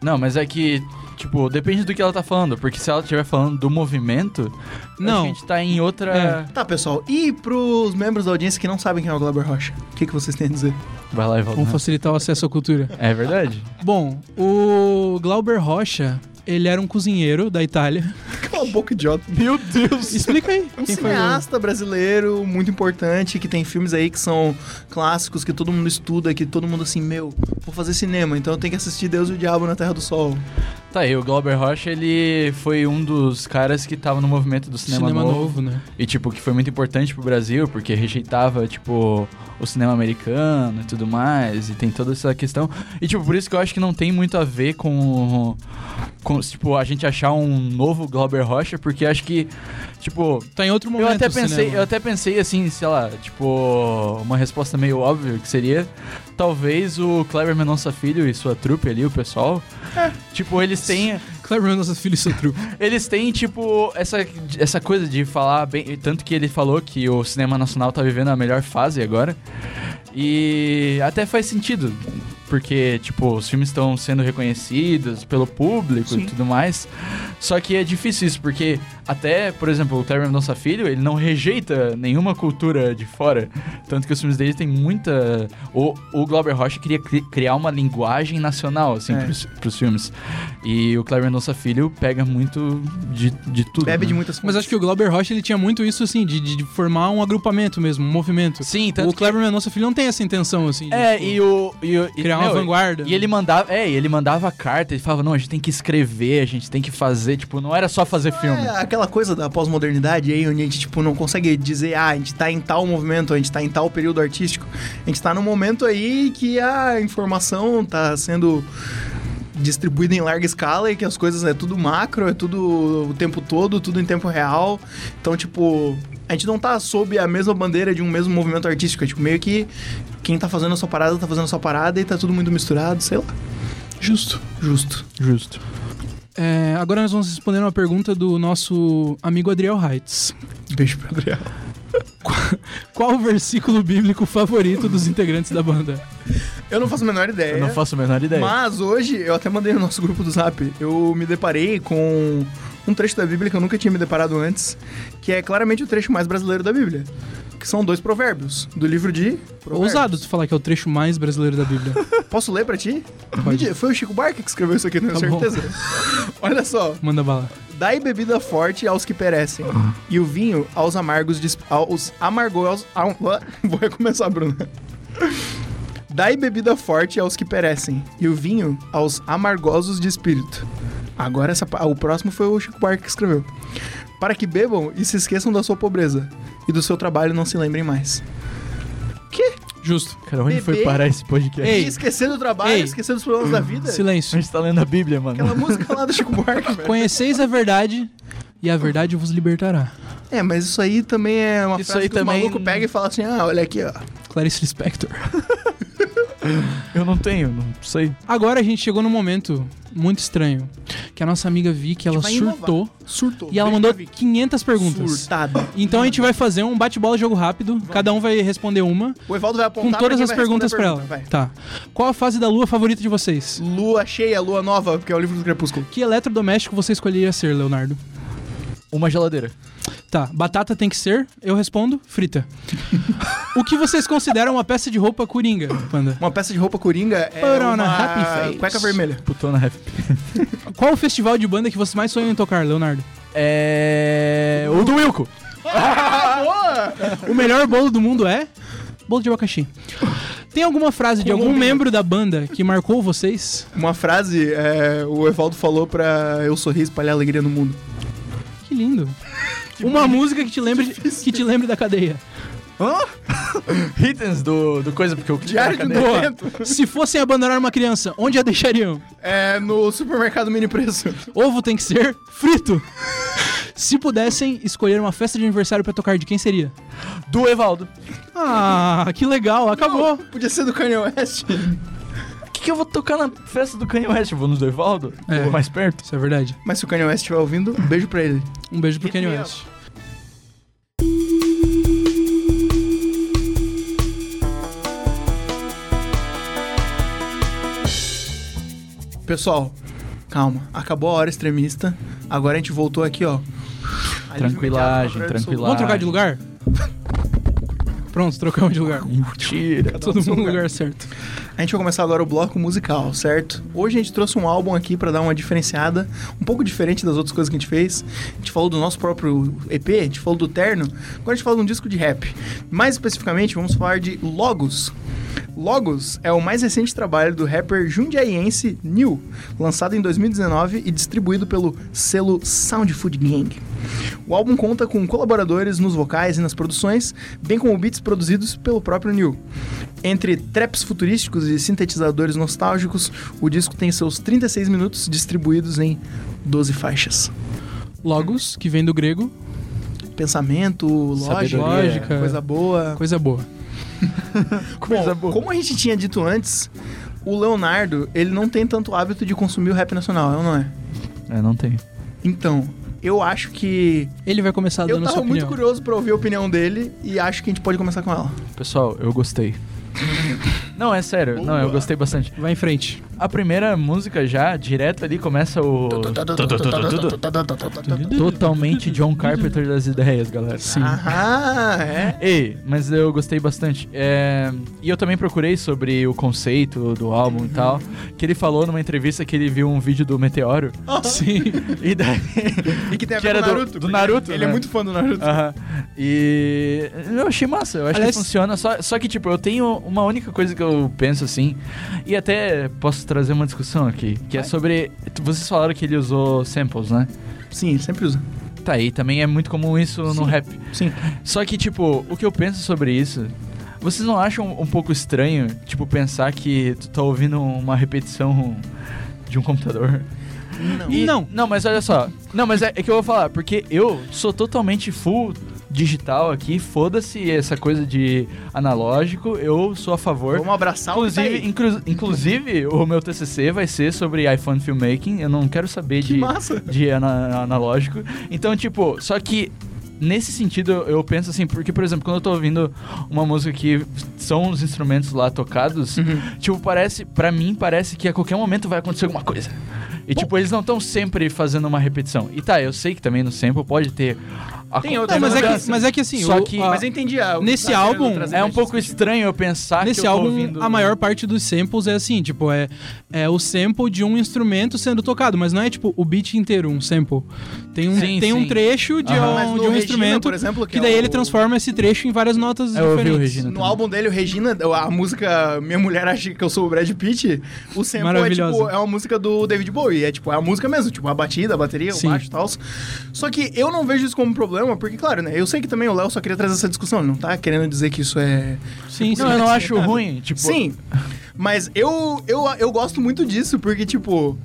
Não, mas é que, Tipo, depende do que ela tá falando, porque se ela estiver falando do movimento, acho que
Não.
a gente tá em outra.
Tá, pessoal. E pros membros da audiência que não sabem quem é o Glauber Rocha, o que, que vocês têm a dizer?
Vai lá e volta. né?
Vamos facilitar o acesso à cultura.
É verdade.
Bom, o Glauber Rocha, ele era um cozinheiro da Itália.
Cala a boca, idiota.
Meu Deus!
Explica aí.
Um
quem foi o-
cineasta brasileiro muito importante, que tem filmes aí que são clássicos, que todo mundo estuda, que todo mundo assim, meu, vou fazer cinema, então eu tenho que assistir Deus e o Diabo na Terra do Sol.
Tá aí, o Glauber Rocha, ele foi um dos caras que tava no movimento do cinema,
Cinema,
novo,
novo, né?
E, tipo, que foi muito importante pro Brasil, porque rejeitava, tipo, o cinema americano e tudo mais. E tem toda essa questão. E, tipo, por isso que eu acho que não tem muito a ver com. com tipo, a gente achar um novo Glauber Rocha, porque acho que, tipo,
Tá em outro momento.
Eu até,
o
pensei,
cinema.
eu até pensei assim, sei lá, tipo, uma resposta meio óbvia que seria talvez o Kleber Mendonça Filho e sua trupe ali, o pessoal.
É.
Tipo, eles têm,
Claro, meu nosso filho e seu truco.
eles têm tipo essa essa coisa de falar bem, tanto que ele falou que o cinema nacional tá vivendo a melhor fase agora. E até faz sentido, porque tipo, os filmes estão sendo reconhecidos pelo público
Sim.
e tudo mais. Só que é difícil isso, porque até, por exemplo, o Terry Mendonça Filho, ele não rejeita nenhuma cultura de fora. Tanto que os filmes dele tem muita... O, o Glauber Rocha queria cri- criar uma linguagem nacional, assim,
É.
pros, pros filmes. E o Cleber Mendonça Filho pega muito de, de tudo.
Bebe
né?
de muitas
Mas acho que o Glauber Rocha, ele tinha muito isso, assim, de, de- de formar um agrupamento mesmo, um movimento.
Sim, tanto
o Cleber Mendonça Filho não tem essa intenção, assim.
que... É, e o... E, o- e-
Criar uma
meu,
vanguarda.
E ele mandava, é, e ele mandava carta, ele falava, não, a gente tem que escrever, a gente tem que fazer, tipo, não era só fazer filme.
É aquela coisa da pós-modernidade aí, onde a gente, tipo, não consegue dizer, ah, a gente tá em tal movimento, a gente tá em tal período artístico. A gente tá num momento aí que a informação tá sendo distribuída em larga escala e que as coisas é tudo macro, é tudo o tempo todo, tudo em tempo real. Então, tipo, a gente não tá sob a mesma bandeira de um mesmo movimento artístico. É, tipo, meio que quem tá fazendo a sua parada, tá fazendo a sua parada e tá tudo muito misturado, sei lá.
Justo.
Justo.
Justo.
É, agora nós vamos responder uma pergunta do nosso amigo Adriel Heitz.
Beijo pro Adriel.
Qual o versículo bíblico favorito dos integrantes da banda?
Eu não faço a menor ideia.
Eu não faço a menor ideia.
É. Mas hoje, eu até mandei no nosso grupo do Zap, eu me deparei com um trecho da Bíblia que eu nunca tinha me deparado antes, que é claramente o trecho mais brasileiro da Bíblia. Que são dois provérbios, do livro de... Provérbios.
Ousado tu falar que é o trecho mais brasileiro da Bíblia.
Posso ler pra ti?
Pode.
Foi o Chico Barque que escreveu isso aqui, tenho
Tá bom.
certeza. Olha só.
Manda bala.
Dai bebida forte aos que perecem,
Ah.
e o vinho aos amargos... Disp... Aos amargosos... ao- Vou recomeçar, Bruna. Dai bebida forte aos que perecem, e o vinho aos amargosos de espírito. Agora essa, pa- o próximo foi o Chico Buarque que escreveu. Para que bebam e se esqueçam da sua pobreza, e do seu trabalho não se lembrem mais. Que?
Justo.
Cara, onde foi
Bebê?
parar esse podcast?
Ei.
esquecer do trabalho,
Ei.
esquecer dos problemas da vida?
É A
Silêncio.
gente tá lendo a Bíblia, mano.
Aquela música lá do Chico Buarque, velho.
Conheceis a verdade e a verdade vos libertará.
É, mas isso aí também é uma
Isso
frase
aí
que o
também-
maluco pega e fala assim, ah, olha aqui, ó.
Clarice Lispector.
Eu não tenho, não sei.
Agora a gente chegou num momento muito estranho, que a nossa amiga Vicky, ela
vai inovar.
surtou
Surtou.
e ela
Beijo
mandou
pra Vicky.
500 perguntas.
Surtada.
Então a gente vai fazer um bate-bola jogo rápido, cada um vai responder uma,
O Evaldo vai
com
apontar pra
todas
quem
as
vai responder
perguntas
a
pra ela.
pergunta, vai.
Tá. Qual a fase da lua favorita de vocês?
Lua cheia, lua nova, que é o livro do Crepúsculo.
Que eletrodoméstico você escolheria ser, Leonardo?
Uma geladeira.
Tá, batata tem que ser, eu respondo, frita. o que vocês consideram uma peça de roupa coringa, Panda?
Uma peça de roupa coringa é
Corona,
uma
happy face.
cueca vermelha.
Putona rap.
Qual o festival de banda que você mais sonha em tocar, Leonardo?
É. O do Wilco!
O melhor bolo do mundo é? Bolo de abacaxi. Tem alguma frase de algum
Colombina.
membro da banda que marcou vocês?
Uma frase, é, o Evaldo falou pra eu sorrir e espalhar alegria no mundo.
Que lindo. uma música que te lembre que te lembre da cadeia.
Hittens do, do coisa, porque o clipe
Diário
era
de um
cadeia.
Evento.
Se fossem abandonar uma criança, onde a deixariam?
É no supermercado mini preço.
Ovo tem que ser frito. Se pudessem escolher uma festa de aniversário pra tocar, de quem seria?
Do Evaldo.
Ah, que legal, acabou.
Podia ser do Kanye West.
O que, que eu vou tocar na festa do Kanye West? Eu vou nos do Evaldo?
É.
Vou mais perto?
Isso é verdade.
Mas se o Kanye West estiver ouvindo, um beijo pra ele.
Um beijo pro
Hit
Kanye
me
West.
Pessoal, Calma, acabou a hora extremista. Agora a gente voltou aqui, ó. Alívio
Tranquilagem,
imediato,
tranquilagem.
Vamos trocar de lugar? Pronto, trocamos de lugar.
Mentira.
Todo mundo no lugar certo.
A gente vai começar agora o bloco musical, certo? Hoje a gente trouxe um álbum aqui pra dar uma diferenciada, um pouco diferente das outras coisas que a gente fez. A gente falou do nosso próprio EP, a gente falou do Terno, agora a gente fala de um disco de rap. Mais especificamente, vamos falar de Logos. Logos é o mais recente trabalho do rapper jundiaiense New, lançado em 2019 e distribuído pelo selo Sound Food Gang. O álbum conta com colaboradores nos vocais e nas produções, bem como beats produzidos pelo próprio New. Entre traps futurísticos e sintetizadores nostálgicos, o disco tem seus 36 minutos distribuídos em 12 faixas.
Logos, que vem do grego,
Pensamento, lógica,
Sabedoria.
Lógica.
coisa boa.
coisa boa.
Bom, como a gente tinha dito antes, o Leonardo, ele não tem tanto hábito de consumir o rap nacional, é ou não é?
É, não tem.
Então, eu acho que
Ele vai começar
eu
Tá dando a
tava
sua
muito
opinião.
curioso pra ouvir a opinião dele e acho que a gente pode começar com ela.
Pessoal, eu gostei. Não, é sério. Não, eu gostei bastante.
Vai em frente.
A primeira música já, direto ali, começa o... Totalmente John Carpenter das ideias, galera. Sim.
Aham, é.
Ei, mas eu gostei bastante. É, E eu também procurei sobre o conceito do álbum e tal. Que ele falou numa entrevista que ele viu um vídeo do Meteoro.
Ah.
Sim.
E daí.
E que tem a
Que era
ver com o
do-
Naruto.
do
porque
Naruto,
Ele é
né?
muito fã do Naruto.
Aham. E eu achei massa, eu acho
Aliás-
que funciona. Só, só que, tipo, eu tenho uma única coisa que eu penso assim, e até posso trazer uma discussão aqui, que é sobre. Vocês falaram que ele usou samples, né?
Sim, ele sempre usa.
Tá aí, também é muito comum isso no
Sim.
rap.
Sim.
Só que, tipo, o que eu penso sobre isso. Vocês não acham um pouco estranho, tipo, pensar que tu tá ouvindo uma repetição de um computador?
Não.
E-
Não.
Não, mas olha só. Não, mas é, é que eu vou falar, porque eu sou totalmente full digital aqui, foda-se essa coisa de analógico, eu sou a favor.
Vamos abraçar o que tá
Inclusive,
aí.
inclu- inclusive, o meu TCC vai ser sobre iPhone Filmmaking. Eu não quero saber
Que
de,
massa.
de ana- analógico. Então, tipo, só que nesse sentido eu- eu penso assim, porque, por exemplo, quando eu tô ouvindo uma música que são os instrumentos lá tocados,
Uhum.
tipo, parece, pra mim, parece que a qualquer momento vai acontecer alguma coisa. E, tipo, eles não estão sempre fazendo uma repetição. E tá, eu sei que também no sample pode ter. a-
Tem outra
Não, mas é que,
mudança.
mas é que assim,
Só
o-
que-
a-
Mas eu entendi. ah, o que
Nesse
tá querendo
álbum,
trazer
É um
pra
pouco
gente.
estranho eu
Ah,
pensar que
Nesse
eu tô
álbum,
ouvindo...
a maior parte dos samples é assim, tipo, é, é o sample de um instrumento sendo tocado, mas não é tipo o beat inteiro, um sample. Tem um,
Sim,
tem um
sim.
trecho de
Aham.
um,
Mas no
de um
Regina,
instrumento
por exemplo, que
que
é
daí ele
o-
transforma esse trecho em várias notas
É, Eu ouvi o
diferentes.
Regina.
No álbum dele, o Regina, a música Minha Mulher Acha Que Eu Sou o Brad Pitt, o sample é,
Maravilhosa.
tipo, é uma música do David Bowie. É tipo, é a música mesmo, tipo, a batida, a bateria,
Sim.
o baixo e tal. Só que eu não vejo isso como um problema, porque, claro, né? Eu sei que também o Léo só queria trazer essa discussão, ele não tá querendo dizer que isso é.
Sim, sim.
Não, eu não acho ruim. Tipo,
Sim. Mas eu, eu, eu gosto muito disso, porque, tipo.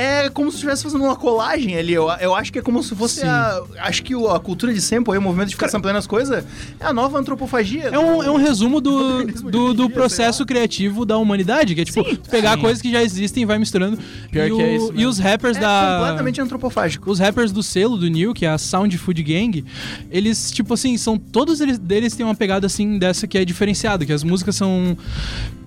É como se estivesse fazendo uma colagem ali. Eu, eu acho que é como se fosse
Sim.
a. Acho que o- a cultura de sample e o movimento de ficar samplando as coisas é a nova antropofagia.
É um, é um resumo do,
Modernismo
do,
de
do
dia, sei
processo
lá.
criativo da humanidade, que é tipo, pegar
Sim.
coisas que já existem e vai misturando.
Pior
e,
que
o-
é isso
e
mesmo.
os rappers
É
da.
completamente antropofágico.
os rappers do selo do New, que é a Sound Food Gang, eles, tipo assim, são. Todos eles deles têm uma pegada assim dessa que é diferenciada, que as músicas são.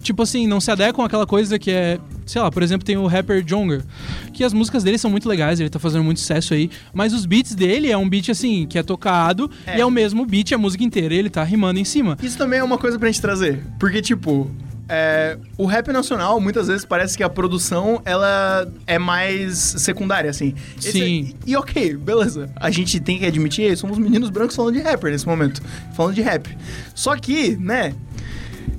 Tipo assim, não se adequam àquela coisa que é. Sei lá, por exemplo, tem o rapper Jonga, que as músicas dele são muito legais, ele tá fazendo muito sucesso aí, mas os beats dele é um beat assim, que é tocado,
É.
e é o mesmo beat a música inteira, e ele tá rimando em cima.
Isso também é uma coisa pra gente trazer. Porque, tipo, é, o rap nacional, muitas vezes, parece que a produção, ela é mais secundária, assim.
Sim.
E ok, beleza. A gente tem que admitir, somos meninos brancos falando de rapper nesse momento. Falando de rap. Só que, né...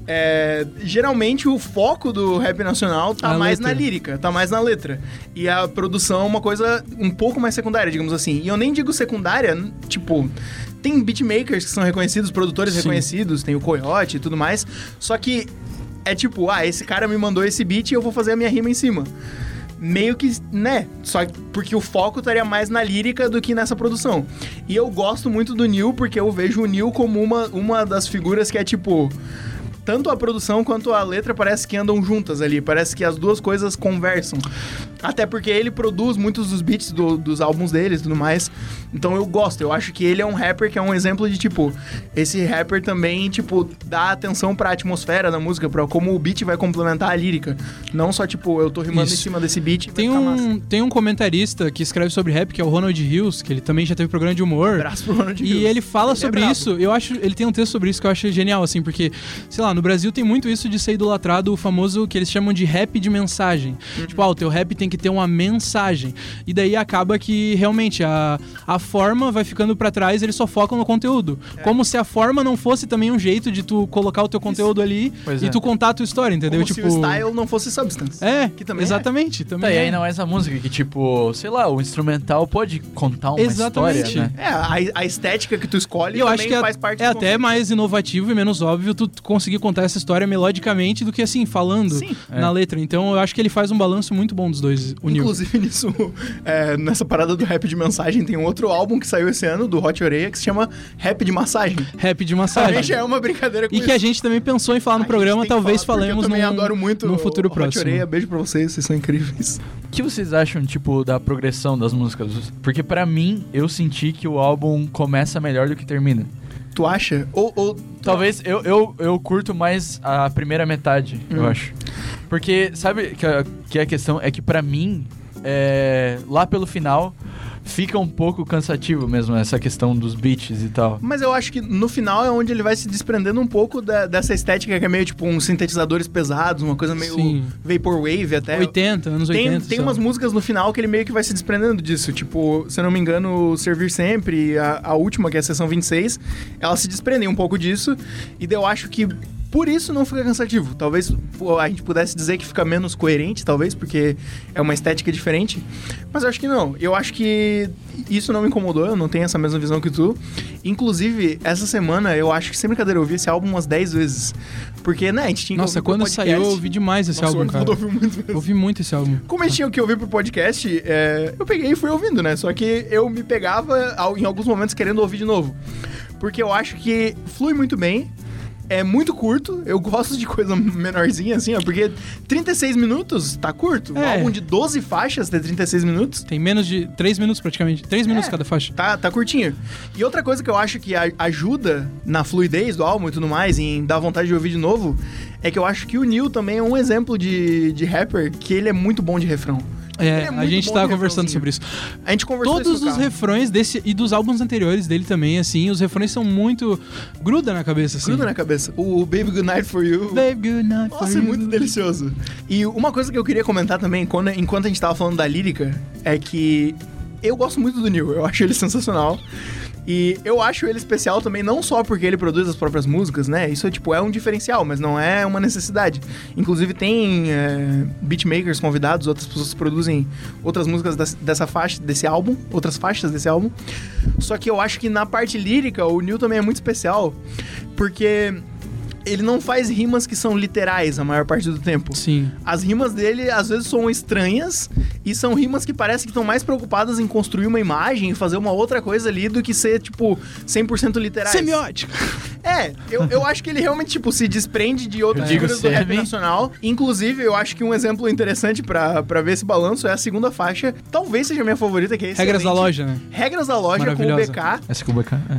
é, geralmente o foco do rap nacional tá
Na
mais
letra.
na lírica, tá mais na letra. E a produção é uma coisa um pouco mais secundária, digamos assim. E eu nem digo secundária, n- tipo, tem beatmakers que são reconhecidos, produtores reconhecidos, tem o Coyote e tudo mais. Só que é tipo, ah, esse cara me mandou esse beat e eu vou fazer a minha rima em cima. Meio que, né? Só que- porque o foco estaria mais na lírica do que nessa produção. E eu gosto muito do Neil, porque eu vejo o Neil como uma, uma das figuras que é tipo. tanto a produção quanto a letra parece que andam juntas ali. Parece que as duas coisas conversam. Até porque ele produz muitos dos beats do- dos álbuns deles e tudo mais. Então eu gosto. Eu acho que ele é um rapper que é um exemplo de, tipo, esse rapper também, tipo, dá atenção pra atmosfera da música, pra como o beat vai complementar a lírica. Não só, tipo, eu tô rimando
Isso.
em cima desse beat. vai
Tem
ficar massa.
um, tem um comentarista que escreve sobre rap, que é o Ronald Hills, que ele também já teve programa de humor.
Abraço pro Ronald
E
Hills.
ele fala
Ele é
sobre
brabo.
isso, eu acho, ele tem um texto sobre isso que eu acho genial, assim, porque, sei lá, no Brasil tem muito isso de ser idolatrado o famoso que eles chamam de rap de mensagem.
Uhum.
Tipo, ah, o teu rap tem que ter uma mensagem. E daí acaba que realmente a, a forma vai ficando pra trás, eles só focam no conteúdo.
É.
Como se a forma não fosse também um jeito de tu colocar o teu conteúdo ali
Pois
e
é.
tu contar a tua história, entendeu?
Como
tipo,
se o style não fosse substance.
é,
que também é.
exatamente, também.
Tá, e
é.
aí não é essa música que, tipo, sei lá, o instrumental pode contar uma
Exatamente.
história, né?
É, a, a estética que tu escolhe
E eu
também
acho que é,
faz parte
é
do
até mais inovativo e menos óbvio tu conseguir contar essa história melodicamente do que assim, falando
Sim.
na letra. Então eu acho que ele faz um balanço muito bom dos dois, o Nil.
Inclusive, nisso, é, nessa parada do rap de mensagem, tem um outro álbum que saiu esse ano, do Hot Oreia, que se chama Rap de Massagem.
Rap de
Também já
massagem.
é uma brincadeira com
E
isso.
que a gente também pensou em falar no
A
programa,
gente tem que
talvez
falar, porque
falemos
eu também
num,
adoro muito
num futuro
o
próximo.
Hot Oreia, beijo pra vocês, vocês são incríveis.
O que vocês acham, tipo, da progressão das músicas? Porque pra mim, eu senti que o álbum começa melhor do que termina.
Tu acha? Ou, ou-
Talvez eu, eu, eu curto mais a primeira metade, eu
Hum.
acho. Porque, sabe que a, que a questão é que pra mim, é, lá pelo final, fica um pouco cansativo mesmo essa questão dos beats e tal.
Mas eu acho que no final é onde ele vai se desprendendo um pouco da- dessa estética que é meio tipo uns sintetizadores pesados, uma coisa meio
Sim.
vaporwave até.
80, anos
Tem,
80.
tem
sei lá.
umas músicas no final que ele meio que vai se desprendendo disso. Tipo, se eu não me engano, Servir Sempre, a, a última, que é a sessão 26, ela se desprendem um pouco disso. E daí eu acho que por isso não fica cansativo. Talvez pô, a gente pudesse dizer que fica menos coerente, talvez, porque é uma estética diferente. Mas eu acho que não. Eu acho que isso não me incomodou, eu não tenho essa mesma visão que tu. Inclusive, essa semana, eu acho que, sem brincadeira, eu ouvi esse álbum umas 10 vezes. Porque, né, a gente tinha que
Nossa,
ouvir pro
quando
podcast.
saiu eu ouvi demais esse
Nossa, o
álbum, cara.
Arnaldo ouviu muito
Eu Ouvi muito esse álbum.
como eu tinha que ouvir pro podcast, é, eu peguei e fui ouvindo, né? Só que eu me pegava ao- em alguns momentos querendo ouvir de novo. Porque eu acho que flui muito bem. É muito curto, eu gosto de coisa menorzinha assim, ó, porque 36 minutos tá curto. Um
É.
álbum de 12 faixas ter 36 minutos
Tem menos de 3 minutos praticamente. 3 minutos
É.
cada faixa.
tá, tá curtinho. E outra coisa que eu acho que a- ajuda na fluidez do álbum e tudo mais, em dar vontade de ouvir de novo, é que eu acho que o Neil também é um exemplo de, de rapper que ele é muito bom de refrão. Ele
É,
é
a
muito
gente
bom
tá
de
conversando
refrãozinho.
sobre isso.
A gente conversou isso
Todos
no
os
carro.
refrões desse e dos álbuns anteriores dele também, assim, os refrões são muito. gruda na cabeça, assim.
Gruda na cabeça. O Baby Goodnight for You.
Babe, good night for
Nossa, é
you.
muito delicioso. E uma coisa que eu queria comentar também, quando- enquanto a gente tava falando da lírica, é que eu gosto muito do Neil, eu acho ele sensacional. E eu acho ele especial também, não só porque ele produz as próprias músicas, né? Isso é tipo, é um diferencial, mas não é uma necessidade. Inclusive tem é, beatmakers convidados, outras pessoas que produzem outras músicas das- dessa faixa, desse álbum, outras faixas desse álbum. Só que eu acho que na parte lírica, o Neil também é muito especial, porque ele não faz rimas que são literais a maior parte do tempo.
Sim.
As rimas dele às vezes são estranhas e são rimas que parece que estão mais preocupadas em construir uma imagem e fazer uma outra coisa ali do que ser, tipo, 100% literais.
Semiótica.
É, eu, eu acho que ele realmente, tipo, se desprende de outras
Eu digo
figuras do rap
semi.
nacional. Inclusive, eu acho que um exemplo interessante pra pra ver esse balanço é a segunda faixa. Talvez seja a minha favorita, que é
Regras da
excelente.
loja, né?
Regras da loja com o
Maravilhosa.
BK.
Essa que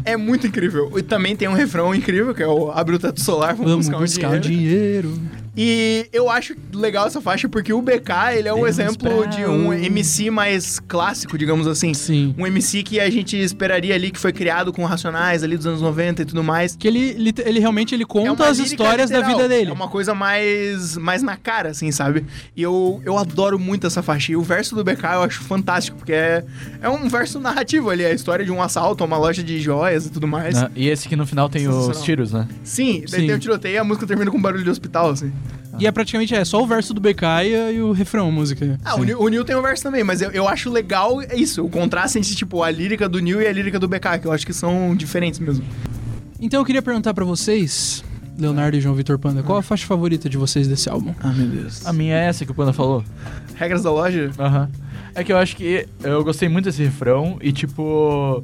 é.
É muito incrível. E também tem um refrão incrível, que é o Abre o Teto Solar, vamos,
Vamos
buscar, um
buscar o
dinheiro.
dinheiro.
E eu acho legal essa faixa porque o BK, ele é um
Deus
exemplo
pra
de um
um.
MC mais clássico, digamos assim.
Sim.
Um MC que a gente esperaria ali que foi criado com Racionais ali dos anos 90 e tudo mais.
Que ele, lit- ele realmente ele
É
conta
uma
as
lírica
histórias da
literal,
vida dele.
É uma coisa mais, mais na cara, assim, sabe? E eu, eu adoro muito essa faixa. E o verso do BK eu acho fantástico, porque é, é um verso narrativo ali. É a história de um assalto a uma loja de joias e tudo mais.
E esse que no final tem os
Sensacional.
tiros, né?
Sim, daí
Sim.
tem o tiroteio e a música termina com um barulho de hospital, assim.
E é praticamente é, só o verso do BK e, e o refrão, a música.
Ah,
Sim.
o Neil, o Neil tem o verso também, mas eu, eu acho legal é isso, o contraste entre, tipo, a lírica do Neil e a lírica do BK, que eu acho que são diferentes mesmo.
Então eu queria perguntar pra vocês, Leonardo e João Vitor Panda, qual a faixa favorita de vocês desse álbum?
Ah, meu Deus.
A minha é essa que o Panda falou.
Regras da loja?
Aham. É que eu acho que eu gostei muito desse refrão e, tipo.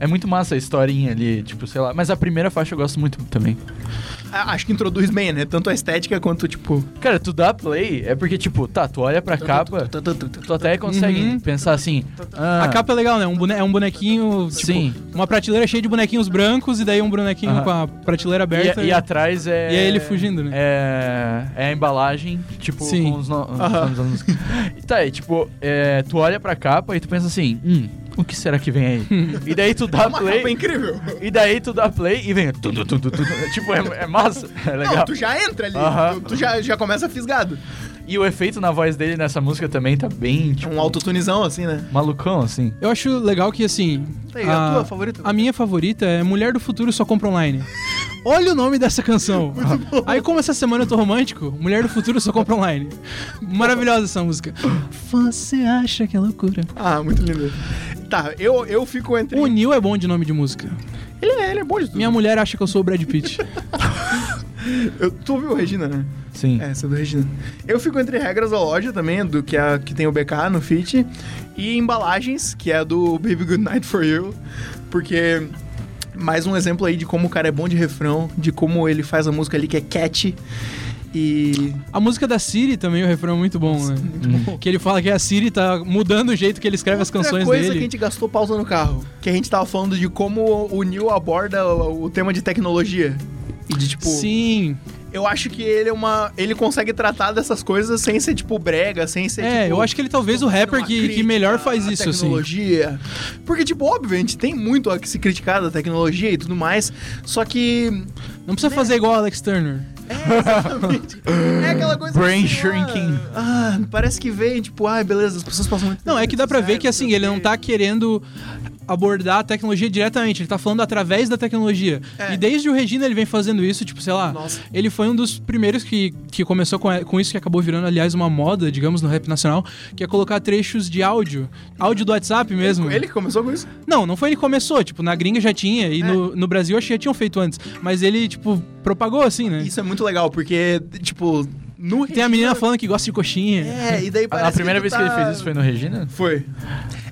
É muito massa a historinha ali, tipo, sei lá. Mas a primeira faixa eu gosto muito também.
A- Acho que introduz bem, né? Tanto a estética quanto, tipo.
Cara, tu dá play, é porque, tipo, tá, tu olha pra capa, tu até consegue
Uhum.
pensar assim. ah,
A capa é legal, né? Um bone- é um bonequinho. tipo,
Sim.
Uma prateleira cheia de bonequinhos brancos e daí um bonequinho
Aham.
com a prateleira aberta.
E, e atrás é.
E é ele fugindo, né?
É, é a embalagem, tipo,
Sim.
com os no- os
Aham.
nomes da música. E Tá, e tipo, é, tu olha pra capa e tu pensa assim: hum, o que será que vem aí? e daí tu dá
Foi
play.
incrível.
E daí tu dá play e vem. tu, tu, tu, tu, tu. Tipo, é, é massa. É legal.
Não, tu já entra ali.
Aham.
Tu, tu já, já começa fisgado.
E o efeito na voz dele nessa música também tá bem,
É
tipo,
um autotunizão, assim, né?
malucão, assim.
Eu acho legal que, assim.
Tá aí, a tua favorita?
A minha favorita é Mulher do Futuro Só Compra Online. Olha o nome dessa canção. Aí, como essa semana eu tô romântico, Mulher do Futuro Só Compra Online. Maravilhosa essa música. Você acha que é loucura?
Ah, muito lindo. Tá, eu, eu fico entre.
O Neil é bom de nome de música.
Ele é, ele é bom de tudo.
Minha mulher acha que eu sou o Brad Pitt.
Eu, tu ouviu Regina, né?
Sim.
É, essa é do Regina. Eu fico entre regras da loja também, do que, é, a- que tem o BK no Fit, e embalagens, que é a do Baby Good Night for You, porque mais um exemplo aí de como o cara é bom de refrão, de como ele faz a música ali que é catchy e
A música da Siri também, o refrão é muito bom, né? Que ele fala que a Siri tá mudando o jeito que ele escreve as
Outra
canções
coisa
dele.
que a gente gastou pausa no carro, que a gente tava falando de como o Neil aborda o, o tema de tecnologia. E de tipo,
Sim,
eu acho que ele é uma, ele consegue tratar dessas coisas sem ser tipo brega, sem ser
é,
tipo,
eu acho que ele talvez o
fazendo
rapper
uma
que, que
crítica
melhor faz
à
isso, assim.
tecnologia. Porque tipo, óbvio, a gente tem muito a que se criticar da tecnologia e tudo mais, só que
Não precisa fazer igual o Alex Turner.
é, exatamente. é aquela coisa
Brain
assim, ah,
shrinking.
Ah, parece que vem, tipo, ai, beleza, as pessoas passam muito
Não, é que dá pra ver que assim, ele não
tá
tá querendo abordar a tecnologia diretamente, ele tá falando através da tecnologia.
É.
E desde o Regina ele vem fazendo isso, tipo, sei lá,
Nossa.
ele foi um dos primeiros que, que começou com, com isso, que acabou virando, aliás, uma moda, digamos, no rap nacional, que é colocar trechos de áudio. Áudio do WhatsApp mesmo.
Ele que começou com isso?
Não, não foi ele que começou, tipo, na gringa já tinha,
É.
e no, no Brasil acho que já tinham feito antes. Mas ele, tipo, propagou assim, né?
Isso é muito legal, porque, tipo, no
Tem a menina falando que gosta de coxinha.
É, e daí
A,
parece
a primeira
tu
vez que
tá-
ele fez isso foi no Regina?
Foi.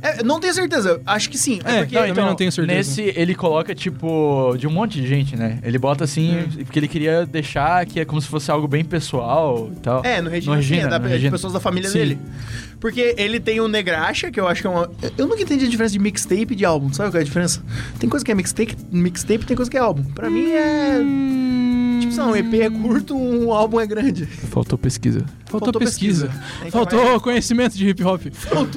É, não tenho certeza, acho que sim.
É,
porque então,
não, também não tenho certeza.
Nesse, ele coloca, tipo, de um monte de gente, né? Ele bota assim,
É.
porque ele queria deixar que é como se fosse algo bem pessoal e tal.
É, no Regina, sim, é da-
no
de
Regina.
pessoas da família
Sim.
dele. Porque ele tem o Negraxa, que eu acho que é uma. Eu nunca entendi a diferença de mixtape e de álbum. Sabe qual é a diferença? Tem coisa que é mixtape, mixtape tem coisa que é álbum. Pra mim é.
Hum.
Tipo, sei lá, um EP é curto, um álbum é grande.
Faltou pesquisa.
Faltou,
faltou
pesquisa.
pesquisa. é. Tem que
Faltou
mais-
conhecimento de hip hop.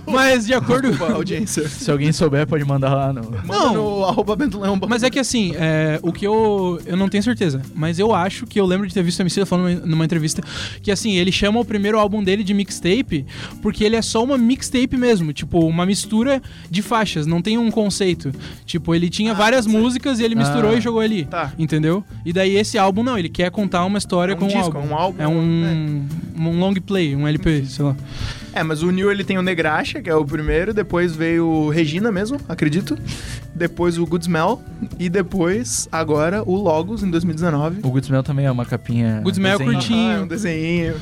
Mas de acordo.
Desculpa, audiência.
Se alguém souber, pode mandar lá no...
Manda
Não.
no arroba Bento Leão.
Mas é que assim, é, o que eu. Eu não tenho certeza, mas eu acho que eu lembro de ter visto o MC falando numa- numa entrevista que assim, ele chama o primeiro álbum dele de mixtape porque ele é só uma mixtape mesmo, tipo, uma mistura de faixas, não tem um conceito. Tipo, ele
Ah,
tinha várias músicas e ele misturou
Ah.
e jogou ali.
Tá.
Entendeu? E daí esse álbum não, ele quer contar uma história
É um
com
disco,
um álbum.
é um Uhum. álbum,
É um, um long play, um LP, sei lá.
É, mas o Neil ele tem o Negraxa, que é o primeiro, depois veio o Regina mesmo, acredito. Depois o Good Smell e depois agora o Logos em 2019.
O Goodsmell também é uma capinha...
Good Smell é
desenho.
curtinho.
Aham, é um desenhinho.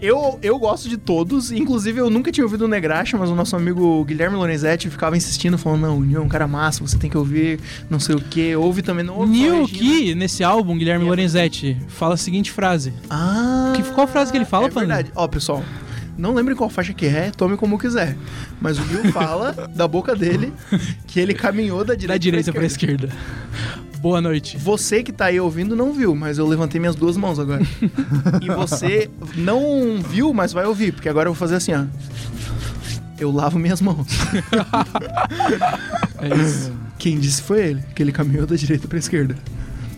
Eu, eu gosto de todos, inclusive eu nunca tinha ouvido o Negraxa, mas o nosso amigo Guilherme Lorenzetti ficava insistindo, falando: Não, o Neil é um cara massa, você tem que ouvir, não sei o que, ouve também, não ouve. só
Neil
Regina."
Key, nesse álbum, Guilherme Lorenzetti, fala a seguinte frase.
Ah!
Que- qual frase que ele fala,
é
Panda?
verdade. Ó, pessoal, não lembro qual faixa que é, tome como quiser. Mas o Bill fala, da boca dele, que ele caminhou da direita,
Da direita pra
esquerda.
esquerda. Boa noite.
Você que tá aí ouvindo não viu, mas eu levantei minhas duas mãos agora. e você não viu, mas vai ouvir, porque agora eu vou fazer assim, ó. Eu lavo minhas mãos.
É isso.
Quem disse foi ele, que ele caminhou da direita pra esquerda.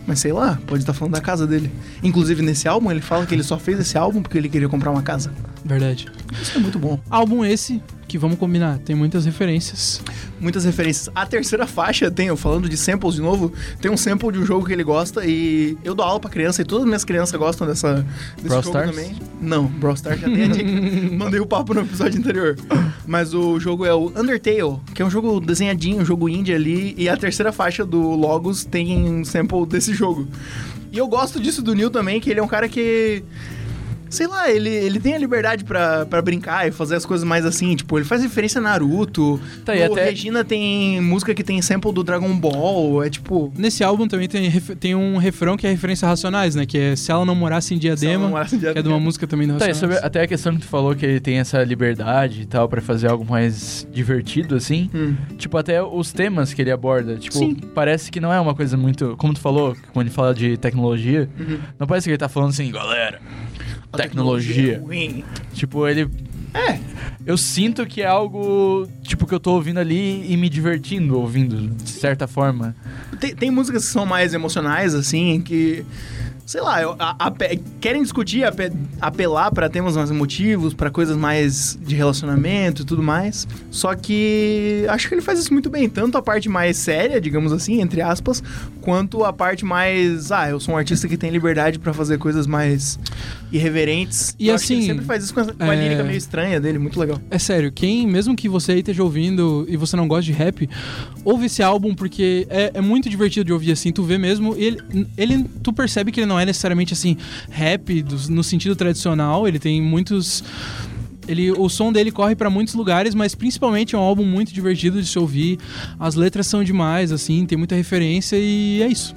Mas sei lá, pode estar falando da casa dele. Inclusive nesse álbum, ele fala que ele só fez esse álbum porque ele queria comprar uma casa.
Verdade.
Isso é muito bom.
Álbum esse que vamos combinar, tem muitas referências.
muitas referências. A terceira faixa tem, eu falando de samples de novo, tem um sample de um jogo que ele gosta e eu dou aula pra criança e todas as minhas crianças gostam dessa, desse
Brawl
jogo
Stars?
também. Não, Brawl Stars já tem a dica. Mandei o papo no episódio anterior. Mas o jogo é o Undertale, que é um jogo desenhadinho, um jogo indie ali, e a terceira faixa do Logos tem um sample desse jogo. E eu gosto disso do Neil também, que ele é um cara que Sei lá, ele, ele tem a liberdade pra, pra brincar e fazer as coisas mais assim. Tipo, ele faz referência a Naruto.
Tá, e
o
até-
Regina tem música que tem sample do Dragon Ball. É tipo.
Nesse álbum também tem, ref- tem um refrão que é referência a Racionais, né? Que é Se Ela Não Morasse em
se ela
Diadema,
não morasse em
que é de uma música também do
Tá, e
Racionais.
é
sobre até a questão que tu falou que ele tem essa liberdade e tal pra fazer algo mais divertido, assim.
Hum.
Tipo, até os temas que ele aborda. Tipo,
Sim.
parece que não é uma coisa muito. Como tu falou, quando ele fala de tecnologia,
Uhum.
não parece que ele tá falando assim, galera.
A
Tecnologia.
é ruim.
Tipo, ele.
É.
Eu sinto que é algo, tipo, que eu tô ouvindo ali e me divertindo ouvindo, de certa forma.
Tem, tem músicas que são mais emocionais, assim, que. Sei lá, eu- a- ape- querem discutir, ape- apelar pra temas mais emotivos, pra coisas mais de relacionamento e tudo mais. Só que acho que ele faz isso muito bem, tanto a parte mais séria, digamos assim, entre aspas, quanto a parte mais, ah, eu sou um artista que tem liberdade pra fazer coisas mais irreverentes.
E
Eu acho que ele
assim,
sempre faz isso com, essa, com a
é-
lírica meio estranha dele, muito legal.
É sério, quem, mesmo que você aí esteja ouvindo e você não gosta de rap, ouve esse álbum porque é, é muito divertido de ouvir assim, tu vê mesmo, ele, ele tu percebe que ele não é necessariamente assim, rap dos- no sentido tradicional, ele tem muitos. Ele, o som dele corre pra muitos lugares, mas principalmente é um álbum muito divertido de se ouvir. As letras são demais, assim, tem muita referência e é isso.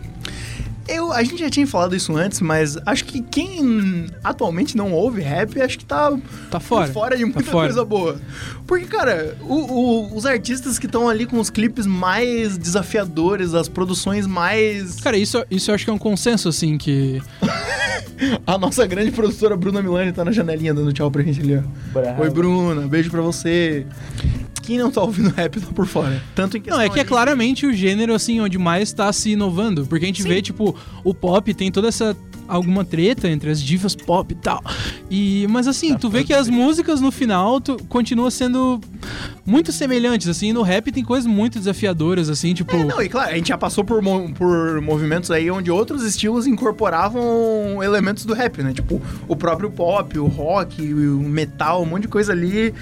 Eu, a gente já tinha falado isso antes, mas acho que quem atualmente não ouve rap, acho que tá
Tá fora.
de muita
fora.
coisa boa. Porque, cara, o- o- os artistas que estão ali com os clipes mais desafiadores, as produções mais.
Cara, isso, isso eu acho que é um consenso, assim, que.
A nossa grande produtora Bruna Milani tá na janelinha dando tchau pra gente ali, ó. Oi, Bruna, beijo pra você. Quem não tá ouvindo rap tá por fora. Tanto em
Não, é que
ali-
é
né?
claramente o gênero, assim, onde mais tá se inovando. Porque a gente vê, tipo, o pop tem toda essa. alguma treta entre as divas pop e tal. E, mas assim,
Tá
tu vê que as músicas no final tu, continuam sendo muito semelhantes, assim, e no rap tem coisas muito desafiadoras, assim, tipo.
É, não, e claro, a gente já passou por, mo- por movimentos aí onde outros estilos incorporavam elementos do rap, né? Tipo, o próprio pop, o rock, o metal, um monte de coisa ali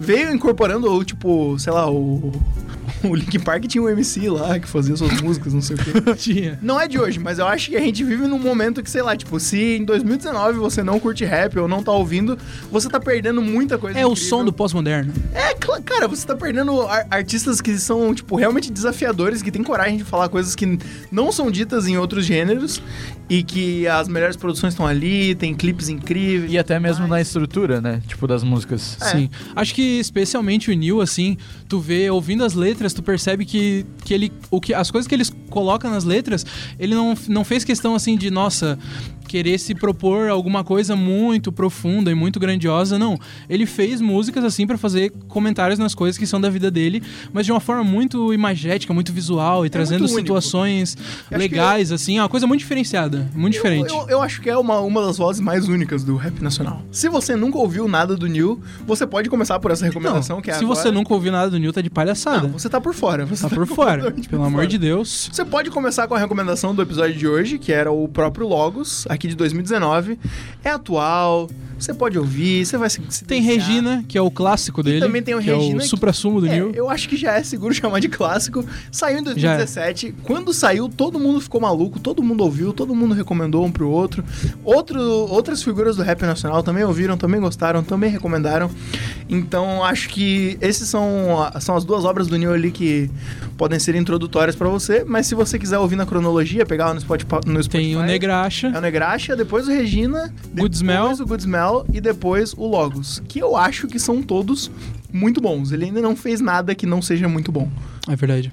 veio incorporando, ou tipo, sei lá, o. O Linkin Park tinha um MC lá que fazia suas músicas, não sei o quê.
tinha.
Não é de hoje, mas eu acho que a gente vive num momento que, sei lá, tipo, se em 2019 você não curte rap ou não tá ouvindo, você tá perdendo muita coisa.
É o
incrível.
som do pós-moderno.
É, cla- cara, você tá perdendo ar- artistas que são, tipo, realmente desafiadores, que têm coragem de falar coisas que n- não são ditas em outros gêneros e que as melhores produções estão ali, tem clipes incríveis.
é
E até mesmo na estrutura, né? Tipo, das músicas.
É.
Sim. Acho que especialmente o Neil, assim, tu vê, ouvindo as letras, tu percebe que, que ele. O que, as coisas que eles colocam nas letras, ele não, não fez questão assim de, nossa, querer se propor alguma coisa muito profunda e muito grandiosa. Não. Ele fez músicas assim pra fazer comentários nas coisas que são da vida dele, mas de uma forma muito imagética, muito visual e trazendo
É muito único.
situações
que
legais, assim, é uma coisa muito diferenciada. Muito diferente.
Eu, eu- eu acho que é uma, uma das vozes mais únicas do rap nacional. Se você nunca ouviu nada do New, você pode começar por essa
Não,
recomendação que é
se você nunca ouviu nada do Neil, tá de palhaçada.
Não, você tá por fora. Você
Tá por fora,
completamente
pelo
por
amor
fora.
de Deus.
Você pode começar com a recomendação do episódio de hoje, que era o próprio Logos, aqui de 2019. É atual, você pode ouvir, você vai se. se
Tem
deliciar.
Regina, que é o clássico dele.
também tem o
que
Regina,
É
que-
o supra-sumo do
É,
Neil.
eu acho que já é seguro chamar de clássico. Saiu em
Já é.
2017. Quando saiu, todo mundo ficou maluco, todo mundo ouviu, todo mundo recomendou um pro outro. outro. Outras figuras do rap nacional também ouviram, também gostaram, também recomendaram. Então, acho que esses são, a- são as duas obras do Neil ali que podem ser introdutórias pra você. Mas se você quiser ouvir na cronologia, pegar lá no Spotify. No Spotify
Tem o Negracha.
é o Negracha, depois o Regina,
Good
depois
Smell.
o Good Smell e depois o Logos, que eu acho que são todos muito bons. Ele ainda não fez nada que não seja muito bom.
É verdade.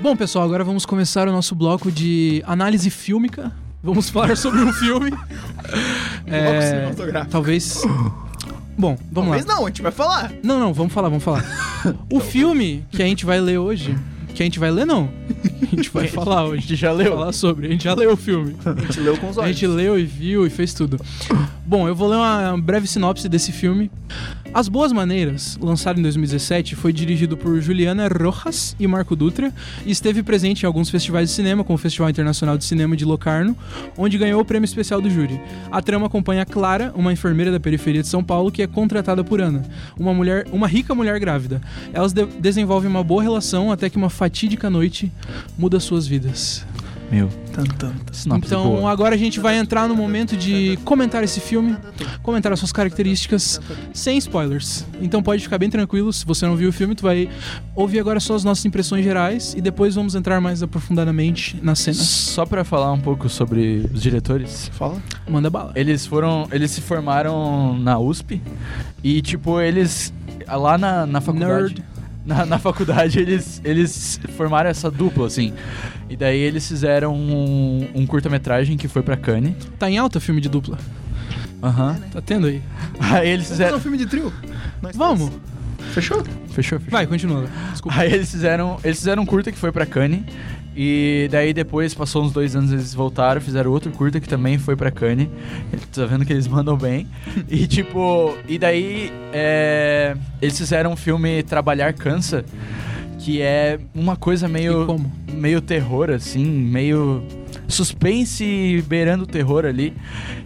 Bom, pessoal, agora vamos começar o nosso bloco de análise fílmica. Vamos falar sobre um filme.
Bloco
É,
cinematográfico.
talvez. Bom, vamos lá.
Mas não, a gente vai falar.
Não, não, vamos falar, vamos falar. O filme que a gente vai ler hoje. Que a gente vai ler, não. A gente vai falar hoje. A gente já leu. Falar sobre. A gente já leu o filme.
A gente leu com os
A
olhos.
gente leu e viu e fez tudo. Bom, eu vou ler uma breve sinopse desse filme. As Boas Maneiras, lançado em 2017, foi dirigido por Juliana Rojas e Marco Dutra e esteve presente em alguns festivais de cinema, como o Festival Internacional de Cinema de Locarno, onde ganhou o prêmio especial do júri. A trama acompanha Clara, uma enfermeira da periferia de São Paulo que é contratada por Ana, uma mulher, uma rica mulher grávida. Elas de- desenvolvem uma boa relação até que uma fatídica noite muda suas vidas.
Meu,
Tan, tan, tan.
sinopse
então
um
boa.
agora a gente vai entrar no momento de comentar esse filme, comentar as suas características, sem spoilers. Então pode ficar bem tranquilo, se você não viu o filme, tu vai ouvir agora só as nossas impressões gerais e depois vamos entrar mais aprofundadamente nas cenas.
Só pra falar um pouco sobre os diretores.
Fala.
Manda bala.
Eles foram. Eles se formaram na USP e, tipo, eles. Lá na, na faculdade.
Nerd.
Na, na faculdade eles, eles formaram essa dupla, assim. E daí eles fizeram um, um curta-metragem que foi pra Cannes.
Tá em alta filme de dupla.
Aham.
Tá tendo aí.
Aí eles
Vamos fazer um
fizeram.
filme de trio? Nós
Vamos.
três. Fechou?
Fechou, fechou.
Vai, continua. agora. Desculpa.
Aí eles fizeram, eles fizeram um curta que foi pra Cannes. E daí depois, passou uns dois anos, eles voltaram, fizeram outro curta que também foi pra Cannes. Ele- Tá vendo que eles mandam bem. E tipo, e daí é, eles fizeram um filme Trabalhar Cansa, que é uma coisa meio
E como?
meio terror, assim, meio suspense beirando o terror ali,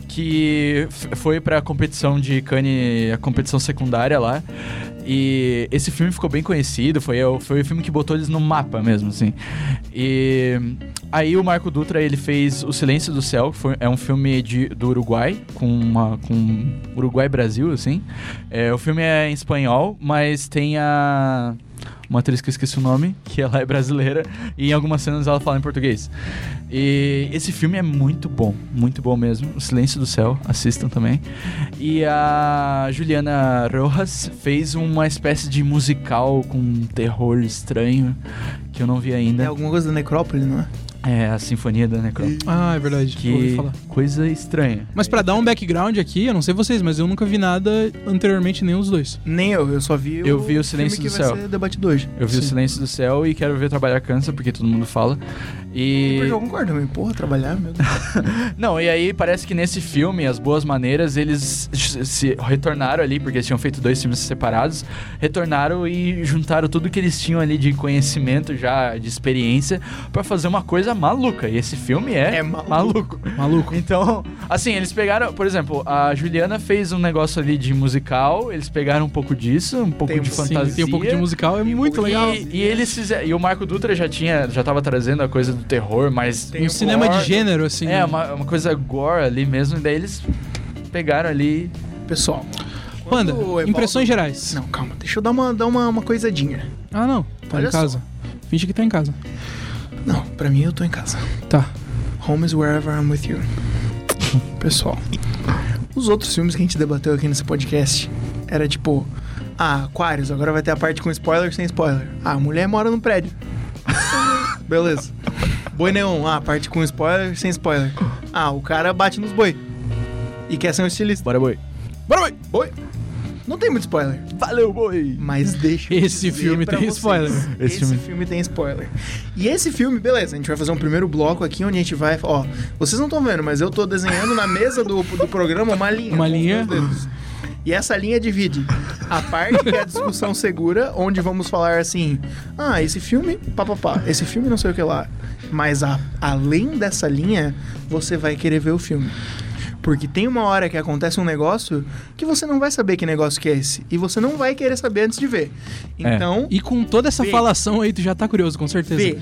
que f- foi pra competição de Cannes, a competição secundária lá. E esse filme ficou bem conhecido, foi, é o- foi o filme que botou eles no mapa mesmo, assim. E aí o Marco Dutra, ele fez O Silêncio do Céu, que foi, é um filme de, do Uruguai, com, uma, com Uruguai-Brasil, assim. É, o filme é em espanhol, mas tem a uma atriz que eu esqueci o nome, que ela é brasileira, e em algumas cenas ela fala em português. E esse filme é muito bom, muito bom mesmo. O Silêncio do Céu, assistam também. E a Juliana Rojas fez uma espécie de musical com um terror estranho que eu não vi
É
ainda.
alguma coisa da necrópole, não é?
É a Sinfonia da Necron.
Ah, é verdade. Ouvi
Que
falar.
coisa estranha.
Mas pra dar um background aqui, eu não sei vocês, mas eu nunca vi nada anteriormente nem os dois.
Nem eu, eu só vi
Eu vi o Silêncio
filme
do
que
Céu.
vai ser debatido hoje.
Eu vi o
Sim.
Silêncio do Céu e quero ver Trabalhar Cansa, porque todo mundo fala. E.
Porque eu concordo também. Porra, trabalhar, meu Deus.
Não, e aí parece que nesse filme, As Boas Maneiras, eles se retornaram ali, porque eles tinham feito dois filmes separados, retornaram e juntaram tudo que eles tinham ali de conhecimento já, de experiência, pra fazer uma coisa maluca. E esse filme é,
É maluco.
maluco.
Maluco.
Então, assim, eles pegaram, por exemplo, a Juliana fez um negócio ali de musical, eles pegaram um pouco disso, um pouco
Tem um-
de
sim,
fantasia.
Sim, tem um pouco de musical, é
E
muito
porque-
legal.
E, e eles fizeram, e o Marco Dutra já tinha, já tava trazendo a coisa do terror, mas
Tem
Um
o
cinema de
gore.
gênero, assim.
É, uma, uma coisa gore ali mesmo, e daí eles pegaram ali.
Pessoal.
Panda,
quando o Evaldo-
impressões gerais.
Não, calma. Deixa eu dar uma, dar uma, uma coisadinha.
Ah, não. Tá
Olha
em casa. Finge que tá em casa.
Não, pra mim eu tô em casa.
Tá.
Home is wherever I'm with you. Pessoal, os outros filmes que a gente debateu aqui nesse podcast era tipo. Ah, Aquarius, agora vai ter a parte com spoiler sem spoiler. Ah, a mulher mora num prédio. Beleza. Boi Neon, ah, parte com spoiler sem spoiler. Ah, o cara bate nos boi. E quer ser um estilista.
Bora, boi.
Bora, boi! Boi! Não tem muito spoiler.
Valeu, boi!
Mas deixa eu
Esse
dizer
filme
pra
tem
vocês,
spoiler.
Esse
Esse,
filme-
filme... tem spoiler. E esse filme, beleza, a gente vai fazer um primeiro bloco aqui onde a gente vai. Ó, vocês não estão vendo, mas eu tô desenhando na mesa do, do programa uma linha.
Uma
com os
linha.
meus dedos. E essa linha divide a parte que é a discussão segura, onde vamos falar assim: ah, esse filme, papapá, esse filme não sei o que lá. Mas a- além dessa linha, você vai querer ver o filme. Porque tem uma hora que acontece um negócio que você não vai saber que negócio que é esse. E você não vai querer saber antes de ver.
É.
Então,
E com toda essa
Vê.
falação aí, tu já tá curioso, com certeza.
vê.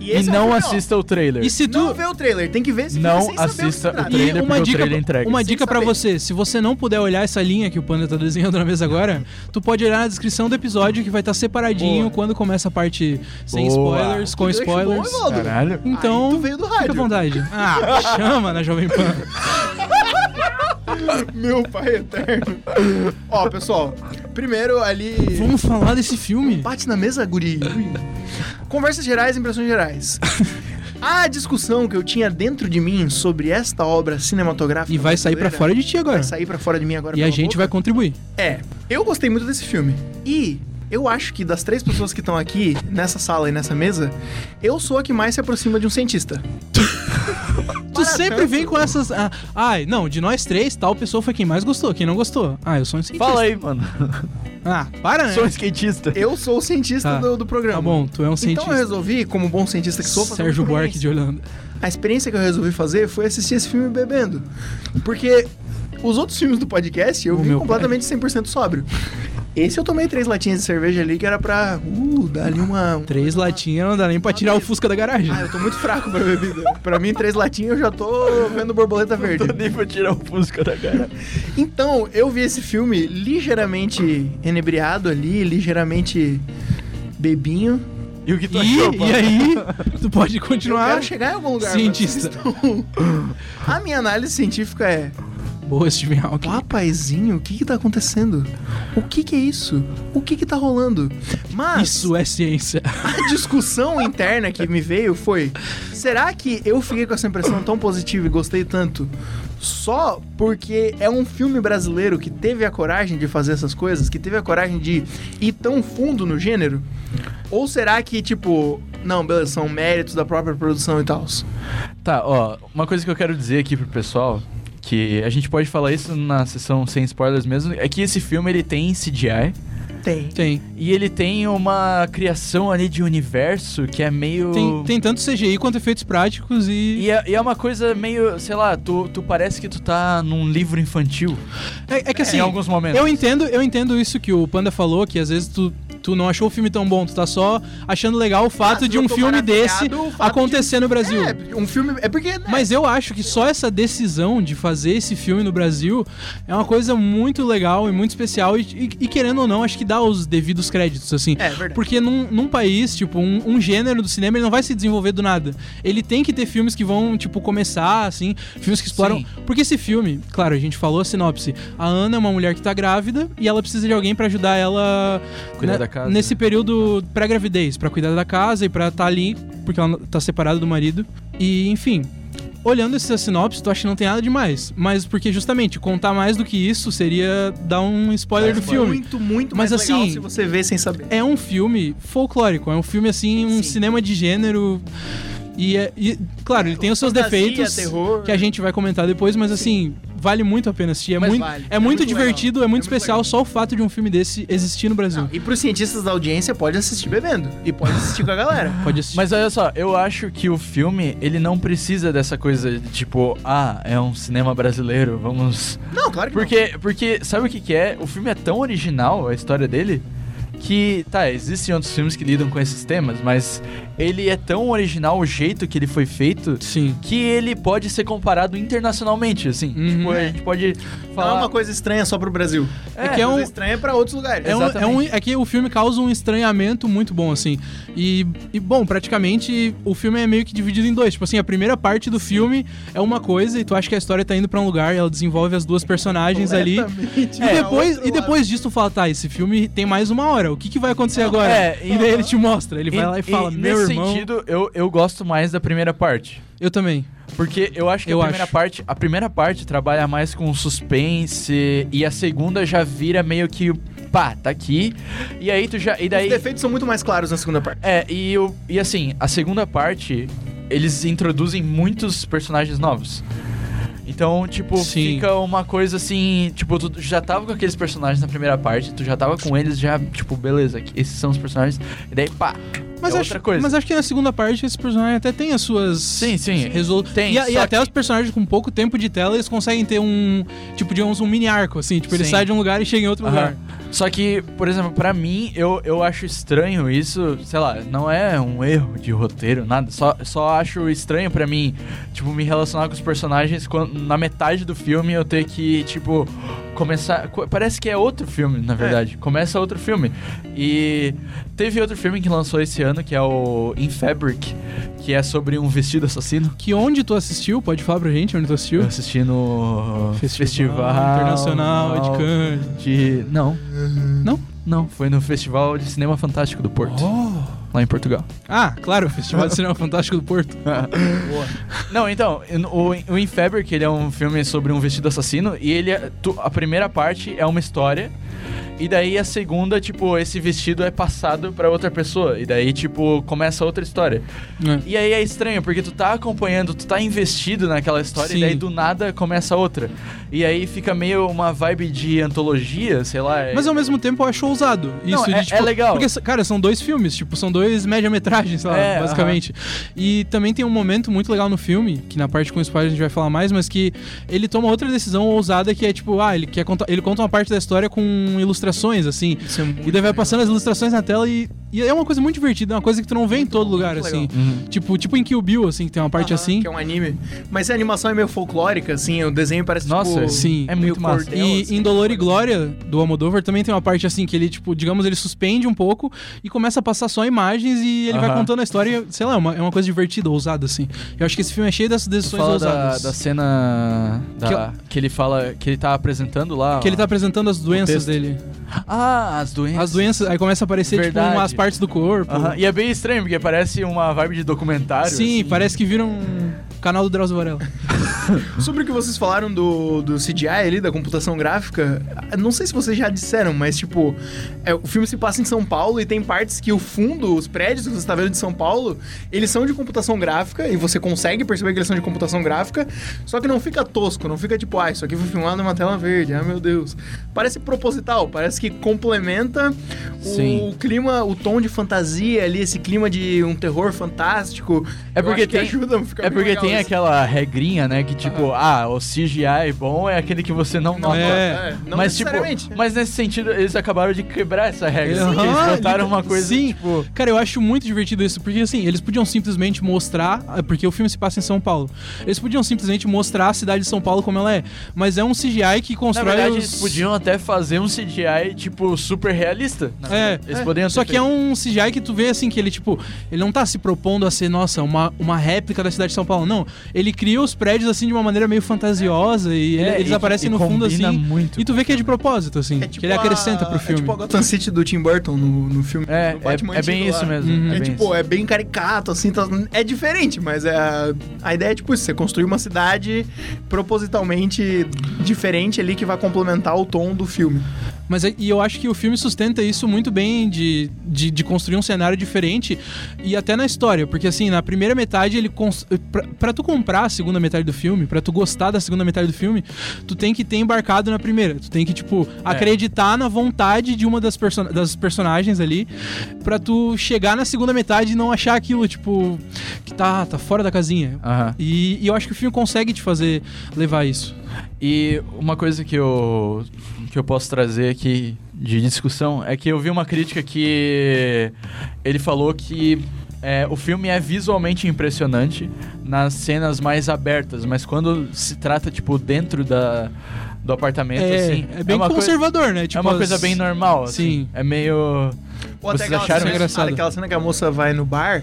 E,
esse é o
não
filme, ó.
assista o trailer.
E se tu.
Não vê o trailer, tem que ver esse
Não
filme sem saber
assista
o que se trata.
o trailer,
E uma
porque o
dica,
trailer entrega.
uma
Sem
dica pra
saber.
você, se você não puder olhar essa linha que o Panda tá desenhando na mesa agora, tu pode olhar na descrição do episódio que vai estar separadinho
Boa. quando
quando começa a parte sem
Boa.
spoilers, com
Que gancho bom,
spoilers.
Evaldo.
Caralho.
Então,
Aí tu veio do rádio.
fica à vontade. Ah, chama na Jovem Pan.
Meu pai eterno. Ó, pessoal, primeiro ali.
Vamos falar desse filme?
Bate na mesa, guri. Ui. Conversas gerais, impressões gerais. A discussão que eu tinha dentro de mim sobre esta obra cinematográfica.
E vai sair pra
brasileira
fora de ti agora.
Vai sair pra fora de mim agora.
E a
pela
gente
boca.
vai contribuir.
É, eu gostei muito desse filme. E eu acho que das três pessoas que estão aqui, nessa sala e nessa mesa, eu sou a que mais se aproxima de um cientista.
Tu
Parabéns
sempre vem com essas. ah, ai, não, de nós três, tal pessoa foi quem mais gostou, quem não gostou. Ah, eu sou um cientista.
Fala aí, mano.
Ah, para, né?
Sou um skatista.
Eu sou o cientista
Tá.
do, do programa.
Tá bom, tu é um cientista.
Então eu resolvi, como bom cientista que sou, fazer um
Sérgio
uma
Buarque de Holanda.
A experiência que eu resolvi fazer foi assistir esse filme bebendo. Porque os outros filmes do podcast eu
O
vi
meu
completamente 100% sóbrio. Esse eu tomei três latinhas de cerveja ali que era pra. Uh, dar ali uma. um-
Três latinhas não dá nem pra tirar o Fusca da garagem.
Ah, eu tô muito fraco pra bebida. pra mim, três latinhas eu já tô vendo borboleta verde.
Tô nem pra tirar o Fusca da cara.
Então, eu vi esse filme ligeiramente enebriado ali, ligeiramente bebinho.
E o que tu achou,
E, e aí, tu pode
Eu
continuar.
quero chegar em algum lugar. mas
cientista.
vocês estão- A minha análise científica é:
Boa, Steven Hawking.
rapazinho, o que que tá acontecendo? O que que é isso? O que que tá rolando? Mas
Isso é ciência.
a discussão interna que me veio foi: será que eu fiquei com essa impressão tão positiva e gostei tanto só porque é um filme brasileiro que teve a coragem de fazer essas coisas, que teve a coragem de ir tão fundo no gênero? Ou será que, tipo, não, beleza, são méritos da própria produção e tal?
Tá, ó, uma coisa que eu quero dizer aqui pro pessoal, que a gente pode falar isso na sessão sem spoilers mesmo, é que esse filme ele tem CGI
Tem.
Tem.
e ele tem uma criação ali de universo que é meio
Tem, tem tanto CGI quanto efeitos práticos e.
E é, e é uma coisa meio, sei lá, tu, tu parece que tu tá num livro infantil
É, é que assim.
em alguns momentos.
Eu entendo, eu entendo isso que o Panda falou, que às vezes tu, tu não achou o filme tão bom, tu tá só achando legal o fato
Ah,
de
eu
um
tô
filme desse
maravilhado, o fato
acontecer no Brasil.
É, um filme. É porque. né,
Mas eu acho que só essa decisão de fazer esse filme no Brasil é uma coisa muito legal e muito especial. E, e- e querendo ou não, acho que dá os devidos créditos, assim.
É, verdade.
Porque num, num país, tipo, um, um gênero do cinema, ele não vai se desenvolver do nada. Ele tem que ter filmes que vão, tipo, começar, assim, filmes que exploram.
Sim.
Porque esse filme, claro, a gente falou a sinopse. A Ana é uma mulher que tá grávida e ela precisa de alguém pra ajudar ela
Cuidar
né,
da casa.
nesse período pré-gravidez, pra cuidar da casa e pra estar ali, porque ela tá separada do marido. E, enfim, olhando essa sinopse, tu acha que não tem nada demais. Mas porque justamente contar mais do que isso seria dar um spoiler do filme.
é Muito, muito
Mas
mais legal
assim-
se você vê sem saber.
É um filme folclórico, é um filme assim,
Sim.
um cinema de gênero. E, é- e, claro, ele tem os seus
Fantasia,
defeitos
terror.
que a gente vai comentar depois, mas assim, vale muito a pena assistir. É,
Mas
muito,
vale.
é,
É
muito
muito
divertido,
legal. É
é muito
muito
especial
legal.
só o fato de um filme desse existir no Brasil.
Não, e pros cientistas da audiência, pode assistir bebendo. E pode assistir com a galera.
Pode assistir.
Mas olha só, eu acho que o filme, ele não precisa dessa coisa de tipo, ah, é um cinema brasileiro, vamos
Não, claro que não.
Porque, porque sabe o que, que é? O filme é tão original, a história dele, que, tá, existem outros filmes que lidam com esses temas, mas ele é tão original o jeito que ele foi feito
Sim.
que ele pode ser comparado internacionalmente, assim.
Uhum.
Tipo, a gente pode
Não é
falar.
uma coisa estranha só pro Brasil.
É,
que é um-
Coisa estranha pra outros lugares.
É, um, é, um,
Exatamente.
é que o filme causa um estranhamento muito bom, assim. E, e, bom, praticamente o filme é meio que dividido em dois. Tipo assim, a primeira parte do filme é uma coisa e tu acha que a história tá indo pra um lugar e ela desenvolve as duas personagens ali.
Completamente.
E
É,
depois,
outro
e depois disso tu fala, tá, esse filme tem mais uma hora, o que, que vai acontecer agora?
é,
e daí ele te mostra, ele vai lá e fala, meu
nesse
irmão,
sentido, eu, eu gosto mais da primeira parte.
eu também.
Porque eu acho que
Eu
a primeira
acho.
parte, a primeira parte trabalha mais com suspense e a segunda já vira meio que pá, tá aqui. E aí tu já e
Os
daí
defeitos são muito mais claros na segunda parte.
É, e, o, e assim, a segunda parte, eles introduzem muitos personagens novos. Então, tipo,
Sim.
fica uma coisa assim, tipo, tu já tava com aqueles personagens na primeira parte, tu já tava com eles, já, tipo, beleza, esses são os personagens, e daí pá,
Mas,
é
acho,
outra coisa.
mas acho que na segunda parte esse personagem até tem as suas.
Sim, sim.
Resol...
Tem,
e, a- e
só
até
que-
os personagens com pouco tempo de tela, eles conseguem ter um. Tipo, digamos, um mini arco, assim. Tipo, ele
Sim.
sai de um lugar e chega em outro
Aham.
lugar.
Só que, por exemplo, pra mim, eu, eu acho estranho isso, sei lá, não é um erro de roteiro, nada. Só, só acho estranho pra mim, tipo, me relacionar com os personagens quando, na metade do filme eu ter que, tipo, começar. co- Parece que é outro filme, na verdade. Começa outro filme. E teve outro filme que lançou esse ano, que é o In Fabric, que é sobre um vestido assassino.
Que onde tu assistiu? Pode falar pra gente onde tu assistiu?
Eu assisti no Festival,
Internacional de Cannes.
de- Não.
Não?
Não, foi no Festival de Cinema Fantástico do Porto,
Oh.
lá em Portugal.
Ah, claro, Festival de Cinema Fantástico do Porto.
Não, então, o, o In Fabric, ele é um filme sobre um vestido assassino e ele é- tu- a primeira parte é uma história E daí a segunda, tipo, esse vestido é passado pra outra pessoa. E daí, tipo, começa outra história.
É.
E aí é estranho, porque tu tá acompanhando, tu tá investido naquela história e
Sim.
daí do nada começa outra. E aí fica meio uma vibe de antologia, sei lá. é-
Mas ao mesmo tempo eu acho ousado. Isso
Não,
de,
é-
tipo,
é legal.
Porque, cara, são dois filmes, tipo, são dois média-metragens, sei lá,
É,
basicamente. E também tem um momento muito legal no filme, que na parte com spoiler a gente vai falar mais, mas que ele toma outra decisão ousada que é tipo, ah, ele quer contar, ele conta uma parte da história com ilustrações, assim.
Isso é
E
muito
daí vai
legal.
passando as ilustrações na tela e, e é uma coisa muito divertida, é uma coisa que tu não vê em todo lugar,
muito
assim.
legal.
Uhum.
Tipo, tipo em Kill Bill, assim, que tem uma parte
Aham,
assim.
Que é um anime. Mas a animação é meio folclórica, assim. O desenho parece
Nossa,
tipo,
sim.
é muito
meio
massa.
cordel,
E
assim.
em Dolor e Glória, do Almodóvar, também tem uma parte assim que ele, tipo, digamos, ele suspende um pouco e começa a passar só imagens e ele vai
Aham.
contando a história, e, sei lá, é uma, é uma coisa divertida, ousada, assim. Eu acho que esse filme é cheio dessas
Tu
decisões
fala da,
ousadas.
da cena da- que, ele fala que ele tá apresentando lá.
Que ele tá apresentando as doenças
texto.
dele.
Ah, as doenças.
As doenças, aí começa a aparecer,
Verdade.
tipo, umas partes do corpo.
Aham, E é bem estranho, porque parece uma vibe de documentário.
Sim,
assim.
parece que vira um canal do Drauzio Varela.
Sobre o que vocês falaram do, do CGI ali, da computação gráfica, não sei se vocês já disseram, mas tipo, é, o filme se passa em São Paulo e tem partes que o fundo, os prédios que você está vendo de São Paulo, eles são de computação gráfica e você consegue perceber que eles são de computação gráfica, só que não fica tosco, não fica tipo, ah, isso aqui foi filmado numa tela verde, ah meu Deus. Parece proposital, parece que complementa o
Sim.
clima, o tom de fantasia ali, esse clima de um terror fantástico.
É
Eu
porque
acho que
tem-
ajuda, fica
É
bem
porque
legal
tem
isso.
aquela regrinha, né? Que tipo, ah, o CGI bom é aquele que você não nota.
É.
não
mas, tipo,
necessariamente.
mas nesse sentido, eles acabaram de quebrar essa regra.
Sim,
porque eles
aham,
botaram uma coisa.
sim.
Tipo,
Cara, eu acho muito divertido isso, porque assim, eles podiam simplesmente mostrar, ah, porque o filme se passa em São Paulo. Eles podiam simplesmente mostrar a cidade de São Paulo como ela é, mas é um CGI que
na
constrói
verdade,
os-
eles podiam até fazer um CGI, tipo, super realista. na
É,
verdade. eles poderiam
Só
ter
que é
feito.
um CGI que tu vê assim, que ele, tipo, ele não tá se propondo a ser, nossa, uma, uma réplica da cidade de São Paulo, não. Ele cria os prédios assim de uma maneira meio fantasiosa e ele-
É,
eles
e-
aparecem
e
no fundo
combina
assim.
muito.
E tu vê que é de propósito, assim,
É
que ele acrescenta
a-
pro filme.
É tipo a Gotham City do Tim Burton no, no filme.
É,
do Batman
é, é bem
antigo
isso
lá.
mesmo.
Uhum.
é
É,
bem
tipo,
isso.
é bem caricato, assim, tá- é diferente, mas é, a- a ideia é tipo isso, você construir uma cidade propositalmente diferente ali que vai complementar o tom do filme.
Mas é- e eu acho que o filme sustenta isso muito bem de, de, de construir um cenário diferente e até na história, porque assim, na primeira metade ele cons- pra, pra tu comprar a segunda metade do filme, pra tu gostar da segunda metade do filme, tu tem que ter embarcado na primeira, tu tem que tipo
É.
acreditar na vontade de uma das, person das personagens ali pra tu chegar na segunda metade e não achar aquilo tipo que tá tá fora da casinha.
Aham.
E, e eu acho que o filme consegue te fazer levar isso.
E uma coisa que eu, que eu posso trazer aqui de discussão é que eu vi uma crítica que ele falou que é, o filme é visualmente impressionante nas cenas mais abertas, mas quando se trata, tipo, dentro da, do apartamento,
É,
assim...
é bem
uma coi-
conservador, né?
é uma
as-
coisa bem normal, assim.
Sim.
É meio...
Ou até
Vocês
aquela
acharam
cena-
engraçado?
Aquela cena que a moça vai no bar,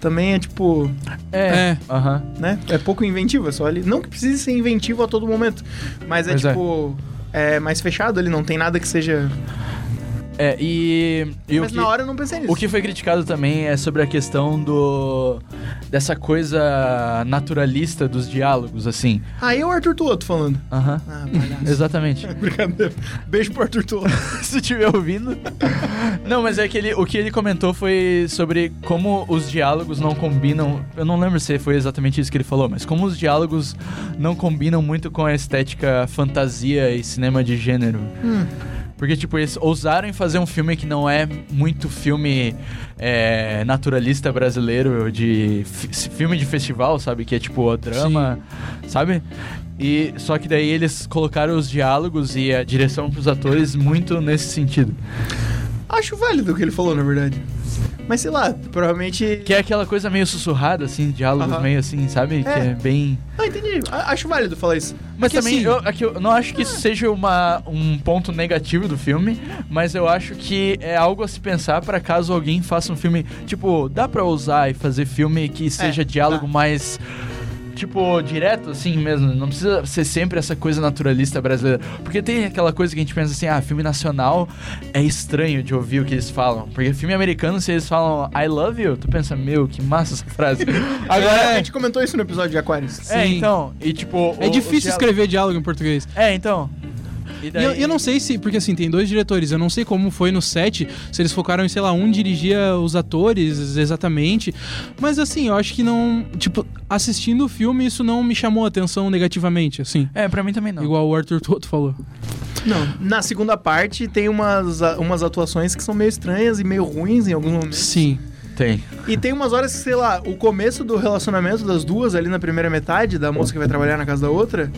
também é tipo,
É,
É.
aham.
né, é pouco inventiva, só ali, não que precise ser inventivo a todo momento, mas é
Pois é.
tipo, é mais fechado ali, não tem nada que seja...
É, e... e o
mas
que-
na hora eu não pensei nisso.
O que foi criticado também é sobre a questão do dessa coisa naturalista dos diálogos, assim.
Aí é o Arthur Tuoto falando.
Aham.
Ah, palhaço.
Exatamente.
Brincadeira. Beijo pro Arthur Tuoto.
Se estiver ouvindo. Não, mas é que ele, o que ele comentou foi sobre como os diálogos não combinam. Eu não lembro se foi exatamente isso que ele falou, mas como os diálogos não combinam muito com a estética fantasia e cinema de gênero. Porque, tipo, eles ousaram em fazer um filme que não é muito filme é, naturalista brasileiro, de fi- filme de festival, sabe? Que é tipo o drama, sabe? E só que daí eles colocaram os diálogos e a direção pros atores muito nesse sentido.
Acho válido o que ele falou, na verdade. Mas sei lá, provavelmente.
Que é aquela coisa meio sussurrada, assim, diálogos
Aham.
meio assim, sabe? Que
É.
é bem.
Ah, entendi. A- acho válido falar isso.
Mas
que
também,
assim-
eu, é que eu não acho que isso seja uma, um ponto negativo do filme, mas eu acho que é algo a se pensar pra caso alguém faça um filme. Tipo, dá pra usar e fazer filme
É,
que seja diálogo
dá.
mais. Tipo, direto assim mesmo. Não precisa ser sempre essa coisa naturalista brasileira. Porque tem aquela coisa que a gente pensa assim: ah, filme nacional é estranho de ouvir o que eles falam. Porque filme americano, se eles falam I love you, tu pensa, meu, que massa essa frase. Agora.
a
É,
gente comentou isso no episódio de Aquarius.
tipo, sim.
então. E tipo.
É
o- o
difícil
diálogo-
escrever diálogo em português.
É, então. E
E
daí-
eu, eu não sei se, porque assim, tem dois diretores, eu não sei como foi no set, se eles focaram em, sei lá, um dirigia os atores exatamente, mas assim, eu acho que não, tipo, assistindo o filme isso não me chamou a atenção negativamente, assim,
É, pra mim também não.
igual o Arthur Toto falou.
Não. Na segunda parte tem umas, a- umas atuações que são meio estranhas e meio ruins em alguns momentos.
Sim.
Tem.
E tem umas horas que, sei lá, o começo do relacionamento das duas ali na primeira metade, da moça que vai trabalhar na casa da outra,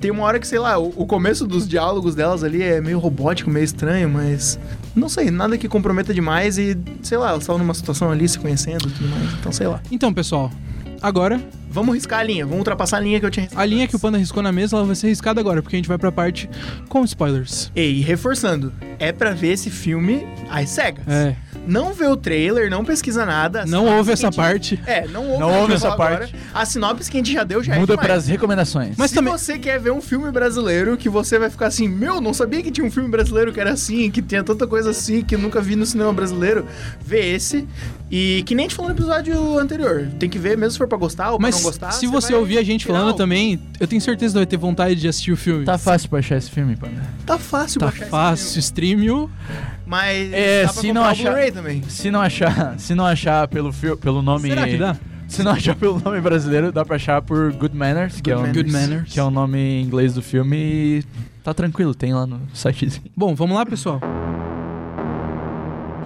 tem uma hora que, sei lá, o, o começo dos diálogos delas ali é meio robótico, meio estranho, mas. Não sei, nada que comprometa demais e, sei lá, elas estavam numa situação ali se conhecendo e tudo mais. Então, sei lá.
Então, pessoal, agora,
Vamos riscar a linha, vamos ultrapassar a linha que eu tinha riscado
a linha que o
antes.
Panda riscou na mesa, ela vai ser riscada agora, porque a gente vai pra parte com spoilers.
Ei, reforçando, é pra ver esse filme às cegas.
É,
Não vê o trailer, não pesquisa nada.
não
assiste-
houve essa parte.
É, não
Não
ouve, o que eu
ouve
vou
essa
falar
parte.
agora. A sinopse que a gente já deu já é
Muda
demais.
pras recomendações.
Mas
se
também-
você quer ver um filme brasileiro que você vai ficar assim, meu, não sabia que tinha um filme brasileiro que era assim, que tinha tanta coisa assim, que eu nunca vi no cinema brasileiro, vê esse. E que nem a gente falou no episódio anterior. Tem que ver mesmo se for pra gostar ou
Mas
pra não gostar.
se você
vai
ouvir a gente
tirar
falando
o-
também, eu tenho certeza que vai ter vontade de assistir o filme.
Tá fácil pra achar esse filme, né? Panda.
Tá fácil
Tá
baixar esse
fácil, streamio.
filme, Mas
É,
dá pra
se não
comprar o
achar-
Blu-ray também.
Se não achar, se não achar pelo, fil- pelo nome.
Será que dá?
Se não achar pelo nome brasileiro, dá pra achar por Good Manners, que, é o,
Good
Good Manners.
que é o nome em inglês do filme. E tá tranquilo, tem lá no sitezinho.
Bom, vamos lá, pessoal.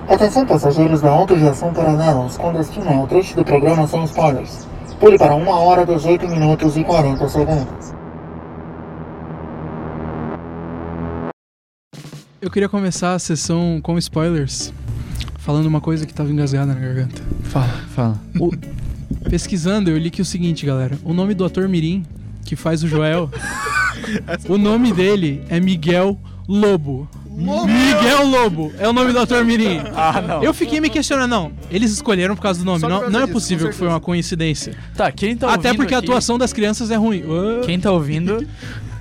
Atenção É passageiros da autorização Paralelas com destino ao trecho do programa sem spoilers. Pule para 1 hora 18 minutos e 40 segundos.
Eu queria começar a sessão com spoilers, falando uma coisa que tava engasgada na garganta.
Fala, fala.
Pesquisando, eu li que é o seguinte, galera. O nome do ator Mirim, que faz o Joel, o nome dele é Miguel Lobo. Miguel Lobo é o nome do ator Mirim.
Ah, não.
Eu fiquei me questionando, não. Eles escolheram por causa do nome.
Só por
Não,
causa
não é
disso, com
possível que foi
certeza.
uma coincidência.
Tá, quem tá
Até
ouvindo
porque a
aqui-
atuação das crianças é ruim. Ah.
Quem tá ouvindo,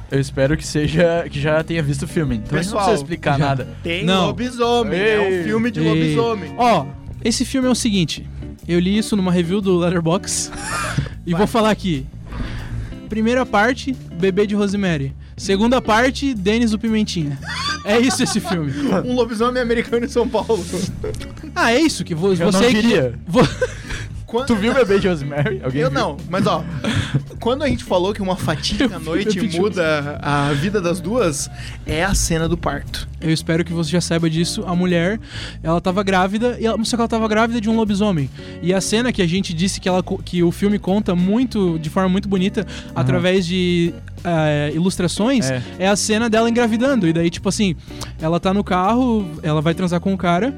eu espero que seja. que já tenha visto o filme. Então a gente não
Pessoal,
precisa explicar
já.
nada.
Tem
Não.
lobisomem, é
Ei,
um filme de
E-
lobisomem.
Ó, esse filme é o seguinte. Eu li isso numa review do Letterboxd e vou falar aqui. Primeira parte, Bebê de Rosemary. Segunda parte, Denis do Pimentinha. É isso esse filme.
Um lobisomem americano em São Paulo.
Ah, é isso que vo- você
Eu não
que-
queria.
vo-
Quando-
Tu viu o bebê de Rosemary? Alguém
Eu
viu?
não, mas ó, quando a gente falou que uma fatídica noite
eu vi
muda a vida das duas, é a cena do parto.
Eu espero que você já saiba disso. A mulher, ela tava grávida, e ela, só que ela tava grávida de um lobisomem. E a cena que a gente disse que, ela, co- que o filme conta muito, de forma muito bonita, através de eh, ilustrações,
É.
é. a cena dela engravidando. E daí, tipo assim, ela tá no carro, ela vai transar com o cara,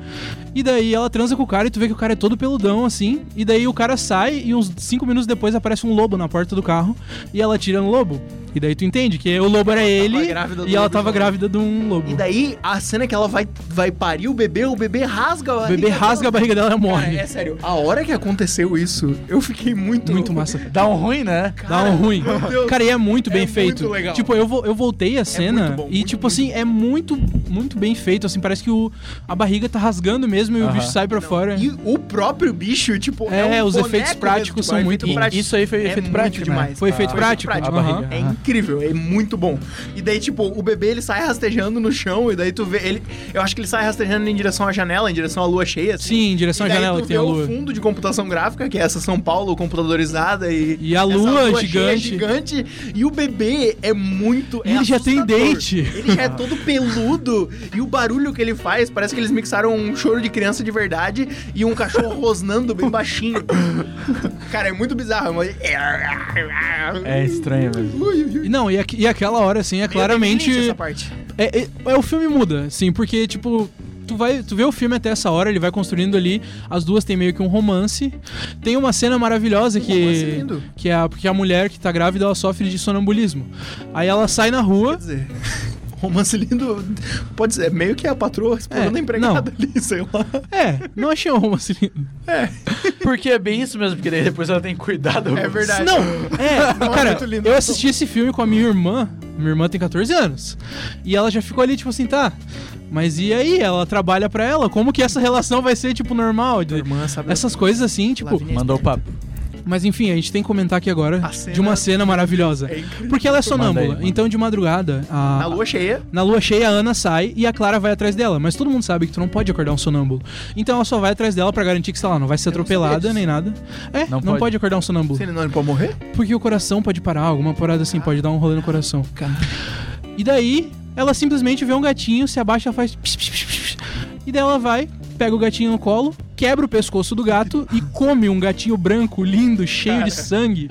e daí ela transa com o cara e tu vê que o cara é todo peludão, assim. E daí o cara sai e uns cinco minutos depois aparece um lobo na porta do carro e ela tira no lobo. E daí tu entende que o lobo era ele
grávida do
e ela tava
lobisomem.
grávida de um lobo.
E daí, a cena que ela vai, vai parir o bebê, o bebê rasga a
O bebê rasga a barriga dela e morre.
Cara, é sério, a hora que aconteceu isso, eu fiquei muito...
Muito massa.
Dá um ruim, né?
Dá um ruim.
meu Deus.
Cara, e é muito bem
É
feito.
muito legal. É
Tipo, eu, vo- eu voltei a cena
muito bom,
e,
muito,
tipo
muito
assim, é muito, muito bem feito. Assim, parece que o, a barriga tá rasgando mesmo e o
Aham.
bicho sai pra fora.
E o próprio bicho, tipo...
É,
um
os
boneco
efeitos
mesmo,
práticos
tipo,
são
é
muito
efeito
E
bons.
prático.
Isso aí foi
É
efeito
muito
prático. né?
demais.
Foi efeito
Ah,
prático.
A
Aham.
barriga.
É
aham.
incrível, é muito bom. E daí, tipo, o bebê ele sai rastejando no chão, e daí tu vê ele. Eu acho que ele sai rastejando em direção à janela, em direção à lua cheia. assim.
Sim, em direção
e
à
daí
janela
tu
que tem
vê
a lua.
o fundo de computação gráfica, que é essa São Paulo computadorizada e.
E a
essa
lua
cheia
gigante.
gigante. E o bebê é muito. é
Ele já tem
assustador.
dente.
Ele já é todo peludo. E o barulho que ele faz, parece que eles mixaram um choro de criança de verdade e um cachorro rosnando bem baixinho. Cara, é muito bizarro. Mas...
É estranho mesmo.
Ui, ui, ui.
E Não, e, aqu- e aquela hora, assim, é claramente.
Eu tenho essa parte.
É, é- é, o filme muda, assim, porque, tipo, tu, vai, tu vê o filme até essa hora, ele vai construindo ali, as duas têm meio que um romance. Tem uma cena maravilhosa que.
Um romance lindo.
Que é a, porque a mulher que tá grávida, ela sofre de sonambulismo. Aí ela sai na rua.
Quer dizer, romance lindo pode ser meio que a patroa explorando
É,
a empregada ali, sei lá.
É, não achei um romance lindo.
Porque é bem isso mesmo, porque daí depois ela tem cuidado.
É verdade.
Não, é,
Não é
cara,
muito lindo,
eu
não.
assisti esse filme com a minha irmã. Minha irmã tem 14 anos. E ela já ficou ali, tipo assim, tá. Mas e aí? Ela trabalha pra ela? Como que essa relação vai ser, tipo, normal? De-
irmã sabe.
Essas coisas assim, tipo.
Lavinia.
Mandou o papo.
Mas enfim, a gente tem que comentar aqui agora
A cena-
de uma cena maravilhosa.
É incrível.
Porque ela é sonâmbula.
Manda aí.
então, de madrugada, a,
Na lua cheia,
na lua cheia, a Ana sai e a Clara vai atrás dela. Mas todo mundo sabe que tu não pode acordar um sonâmbulo. Então ela só vai atrás dela pra garantir que, sei lá, não vai ser
Eu não sabia
atropelada
disso.
nem nada. É, não,
Não pode.
pode acordar um sonâmbulo.
se ele não pode morrer,
Porque o coração pode parar, alguma parada assim, pode dar um rolê no coração. E daí, ela simplesmente vê um gatinho, se abaixa e faz. psh, psh, psh, psh. E daí ela vai, pega o gatinho no colo, quebra o pescoço do gato e come um gatinho branco, lindo, cheio de sangue.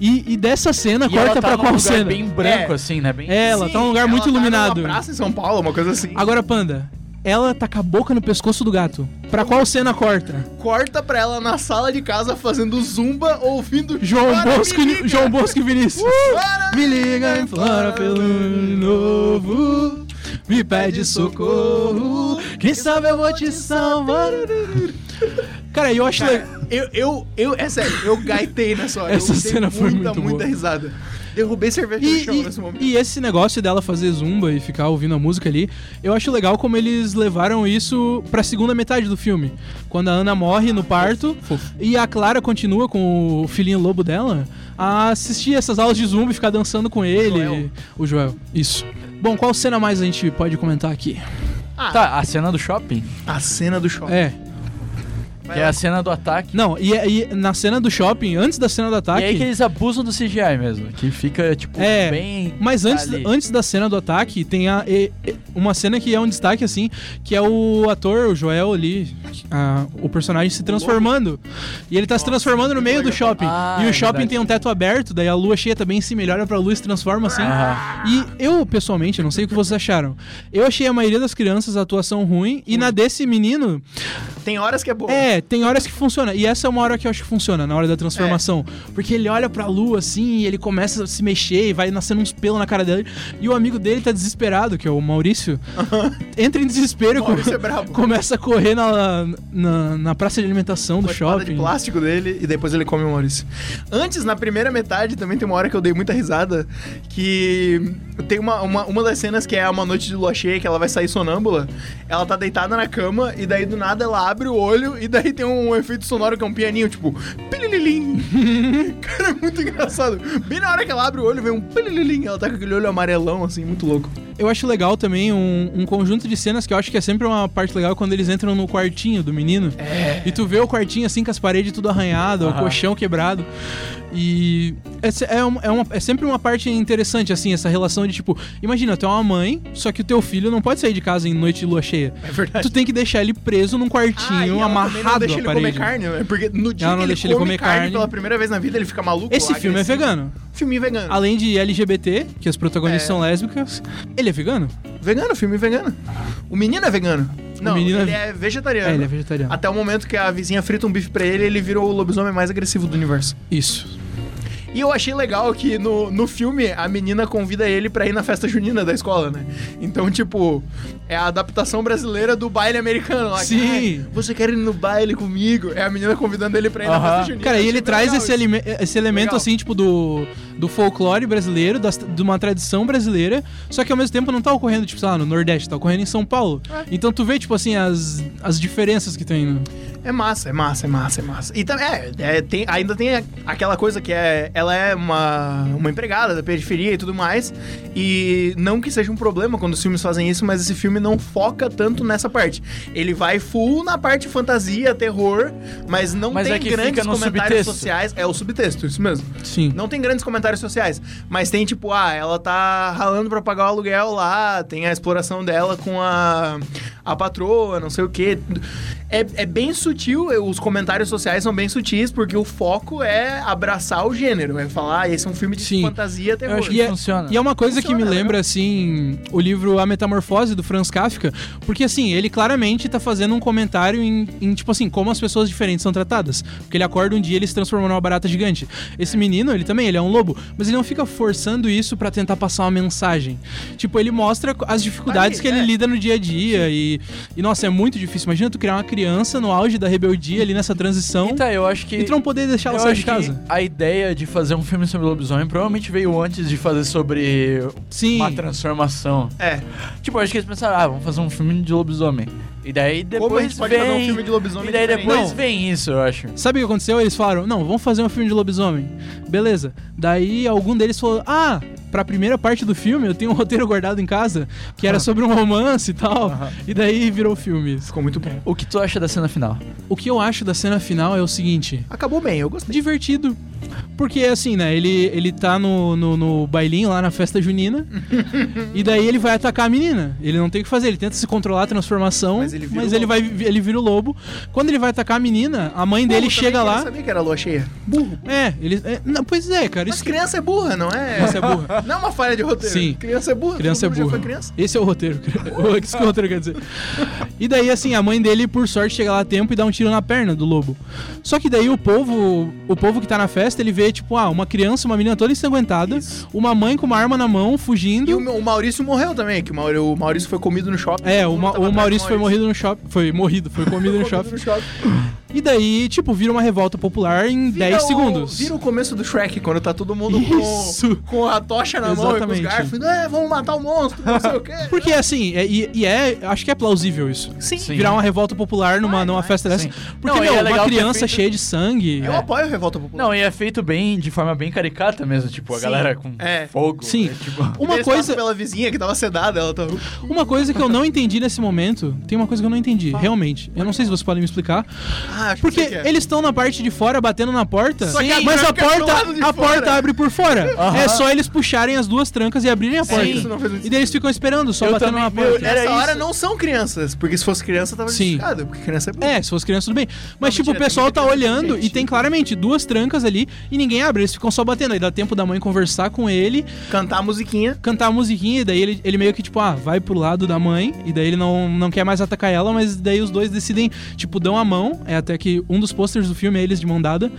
E, e dessa cena,
ela
corta
tá
pra
num
qual
lugar
cena?
bem branco,
É.
assim, né? Bem...
É, ela tá num lugar
ela
muito
tá
iluminado.
Numa praça em São Paulo, uma coisa assim.
Agora, Panda, ela tá com a boca no pescoço do gato. Pra qual cena corta?
corta pra ela na sala de casa fazendo zumba ouvindo
João
Para,
Bosco,
me
e-
liga!
João Bosco e Vinícius. Uh!
Para,
Me liga em Flora pelo ano novo. Me pede socorro. Quem sabe eu vou te salvar. Cara, eu acho. le-
Eu, eu, eu, é sério, eu gaitei nessa hora.
Essa
eu dei
cena foi
muita,
muito
muita
boa.
risada. Derrubei cerveja
um
no
E,
chão nesse momento.
e- e esse negócio dela fazer zumba e ficar ouvindo a música ali, eu acho legal como eles levaram isso pra segunda metade do filme. Quando a Ana morre no parto e a Clara continua com o filhinho lobo dela a assistir essas aulas de zumba e ficar dançando com ele.
Joel.
O Joel. Isso. Bom, qual cena mais a gente pode comentar aqui?
Tá, a cena do shopping,
A cena do shopping.
É.
que é a cena do ataque.
Não, e, é, e na cena do shopping, antes da cena do
E
ataque.
aí que eles abusam do CGI mesmo, que fica, tipo,
É,
bem...
Mas antes,
ali.
antes da cena do ataque, tem a, e- e- uma cena que é um destaque, assim, que é o ator, o Joel ali, a- o personagem se transformando. E ele tá se transformando no meio do shopping.
Ah,
e
é
o shopping
verdade.
tem um teto aberto, daí a lua cheia também se melhora pra lua e se transforma, assim.
Aham.
E eu, pessoalmente, não sei o que vocês acharam. Eu achei a maioria das crianças a atuação ruim, e na desse menino,
Tem horas que é boa.
é, tem horas que funciona. E essa é uma hora que eu acho que funciona, na hora da transformação.
É.
Porque ele olha pra lua assim e ele começa a se mexer e vai nascendo uns pelos na cara dele. E o amigo dele tá desesperado, que é o Maurício. Entra em desespero e come-
Maurício é brabo.
começa a correr na, na, na praça de alimentação do
Uma espada de
shopping.
plástico dele e depois ele come o Maurício. Antes, na primeira metade, também tem uma hora que eu dei muita risada. Que tem uma, uma, uma das cenas que é uma noite de lua cheia, que ela vai sair sonâmbula. Ela tá deitada na cama e daí do nada ela abre o olho e daí tem um, efeito sonoro que é um pianinho, tipo. Pilililim. Cara, é muito engraçado. Bem na hora que ela abre o olho, vem um pilililim. Ela tá com aquele olho amarelão, assim, muito louco.
Eu acho legal também um, um conjunto de cenas que eu acho que é sempre uma parte legal quando eles entram no quartinho do menino.
É.
E tu vê o quartinho assim com as paredes tudo arranhado, o
Aham.
colchão quebrado. E é, se- é, um- é uma- é sempre uma parte interessante, assim, essa relação de tipo, imagina, tu é uma mãe, só que o teu filho não pode sair de casa em noite de lua cheia.
É verdade.
Tu tem que deixar ele preso num
Ah, e
quartinho
ela também
um amarrado
não deixa
à
ele
parede.
comer carne, né? Porque no dia
Ela não
que ele
deixa
come
ele comer
carne,
carne.
pela primeira vez na vida, ele fica maluco.
Esse filme é
agressivo.
vegano.
Filme vegano.
Além de LGBT, que as protagonistas
É.
são lésbicas, ele é vegano?
Vegano, filme vegano. O menino é vegano. Não,
menino é
ele
ve-
é vegetariano.
É, ele é vegetariano.
Até o momento que a vizinha frita um bife pra ele, ele virou o lobisomem mais agressivo do universo.
Isso.
E eu achei legal que no, no filme a menina convida ele pra ir na festa junina da escola, né? Então, tipo, é a adaptação brasileira do baile americano lá. que,
Sim.
"Ai, você quer ir no baile comigo? É a menina convidando ele pra ir na
Aham.
festa junina.
Cara, e
Achei
ele
bem
traz
legal
esse,
isso.
elime- esse elemento,
Legal.
assim, tipo, do, do folclore brasileiro, das- de uma tradição brasileira, só que ao mesmo tempo não tá ocorrendo, tipo, sei lá, no Nordeste, tá ocorrendo em São Paulo. Então tu vê, tipo assim, as, as diferenças que tem. né?
É massa, é massa, é massa, é massa. E também, é, é, tem, ainda tem a- aquela coisa que é, ela é uma, uma empregada da periferia e tudo mais. E não que seja um problema quando os filmes fazem isso, mas esse filme não foca tanto nessa parte. Ele vai full na parte fantasia, terror, mas não
Mas
tem
é que
grandes
fica no
comentários
subtexto.
sociais. É o subtexto, isso mesmo.
Sim.
Não tem grandes comentários sociais, mas tem tipo, ah, ela tá ralando pra pagar o aluguel lá, tem a exploração dela com a, a patroa, não sei o quê. É, é bem sutil, eh, os comentários sociais são bem sutis, porque o foco é abraçar o gênero, é falar, ah, esse é um filme de
Sim.
fantasia terror.
Eu acho
E
que
é-
Ah. funciona. né?
E é uma coisa que me
Funciona,
lembra, assim, o livro A Metamorfose, do Franz Kafka, porque, assim, ele claramente tá fazendo um comentário em, em, tipo assim, como as pessoas diferentes são tratadas. Porque ele acorda um dia e ele se transforma numa barata gigante. Esse menino, ele também, ele é um lobo, mas ele não fica forçando isso pra tentar passar uma mensagem. Tipo, ele mostra as dificuldades
Ali,
que ele
é.
lida no dia a dia e, e, nossa, é muito difícil. Imagina tu criar uma criança no auge da rebeldia ali nessa transição
Então, eu acho que...
e tu não poder deixar ela
Eu
sair
acho
de
que
casa.
a ideia de fazer um filme sobre lobisomem provavelmente veio antes de fazer sobre
Sim.
uma transformação.
É,
Tipo, eu acho que eles pensaram, ah, vamos fazer um filme de lobisomem.
E daí depois
Como a gente pode
vem...
fazer um filme de lobisomem
E daí
diferente?
depois
Não.
vem isso, eu acho.
Sabe o que aconteceu? Eles falaram, não, vamos fazer um filme de lobisomem. Beleza. Daí algum deles falou, ah, pra primeira parte do filme eu tenho um roteiro guardado em casa, que
Ah.
era sobre um romance e tal. E daí virou o filme.
Ficou muito bom.
O que tu acha da cena final?
O que eu acho da cena final é o seguinte,
Acabou bem, eu gostei.
divertido. Porque assim, né? Ele, ele tá no, no, no bailinho lá na festa junina. e daí ele vai atacar a menina. Ele não tem o que fazer, ele tenta se controlar a transformação, mas
Mas
ele,
ele vira o lobo.
vai, ele vira o lobo. Quando ele vai atacar a menina, a mãe dele
Burro
chega
também, que
lá.
Eu sabia que era lua cheia. Burro.
É, ele. é, não, pois é, cara.
Mas
Isso que
criança é burra, não é?
criança é burra.
Não é uma falha de roteiro.
Sim.
Criança é burra.
Criança é
todo mundo já
burra.
foi criança.
Esse é o roteiro. Isso que o roteiro quer dizer. E daí, assim, a mãe dele, por sorte, chega lá a tempo e dá um tiro na perna do lobo. Só que daí o povo, o povo que tá na festa, ele vê, tipo, ah, uma criança, uma menina toda ensanguentada, uma mãe com uma arma na mão,
E
fugindo.
o, o Maurício morreu também, que o Mauri- o Maurício foi comido no shopping.
É, o,
Todo mundo
Ma-
tava
o Maurício foi
atrás do
morrido no shopping. Foi morrido, foi comido no shopping.
Comido shopping.
E daí, tipo, vira uma revolta popular em
Vira
10
o-
segundos.
Vira o começo do Shrek, quando tá todo mundo
Isso.
com, com a tocha na mão e
Exatamente.
com os garfos. É, vamos matar o monstro, não sei o quê.
Porque assim, é- e, e é. Acho que é plausível isso.
Sim.
Virar uma revolta popular numa, numa festa dessa.
sim.
Porque,
Não, e
meu,
é
uma
legal ter
criança
feito-
cheia de sangue. é.
Eu apoio a revolta popular.
é. Não, e é feito bem, de forma bem caricata mesmo, tipo, a
Sim.
galera com
É.
fogo.
Sim.
né, tipo-
Uma
Eles
coisa-
passam pela vizinha que tava sedada, ela tá- tava...
Uma coisa que eu não entendi nesse momento, tem uma coisa que eu não entendi, realmente. Eu não sei se vocês podem me explicar.
Ah, acho
Porque
que eu sei o que é.
eles estão na parte de fora batendo na porta,
Só que a
mas a
tranca é pro
porta,
lado de
a
fora.
porta abre por fora. É só eles puxarem as duas trancas e abrirem a porta.
isso não fez muito
e daí eles ficam esperando, só
Eu
batendo
também-
na
meu,
porta.
era
Nessa hora
isso.
não são crianças, porque se fosse criança tava
Sim.
justificado, porque criança é burra.
É, se fosse criança, tudo bem. Mas, tipo,
mentira,
o pessoal
tem
tá
muita criança
olhando e
doente.
tem claramente duas trancas ali e ninguém abre. Eles ficam só batendo. Aí dá tempo da mãe conversar com ele,
Cantar a musiquinha.
cantar a musiquinha, e daí ele, ele meio que, tipo, ah, vai pro lado da mãe, e daí ele não, não quer mais atacar ela, mas daí os dois decidem, tipo, dão a mão. É até que um dos posters do filme é eles de mão dada.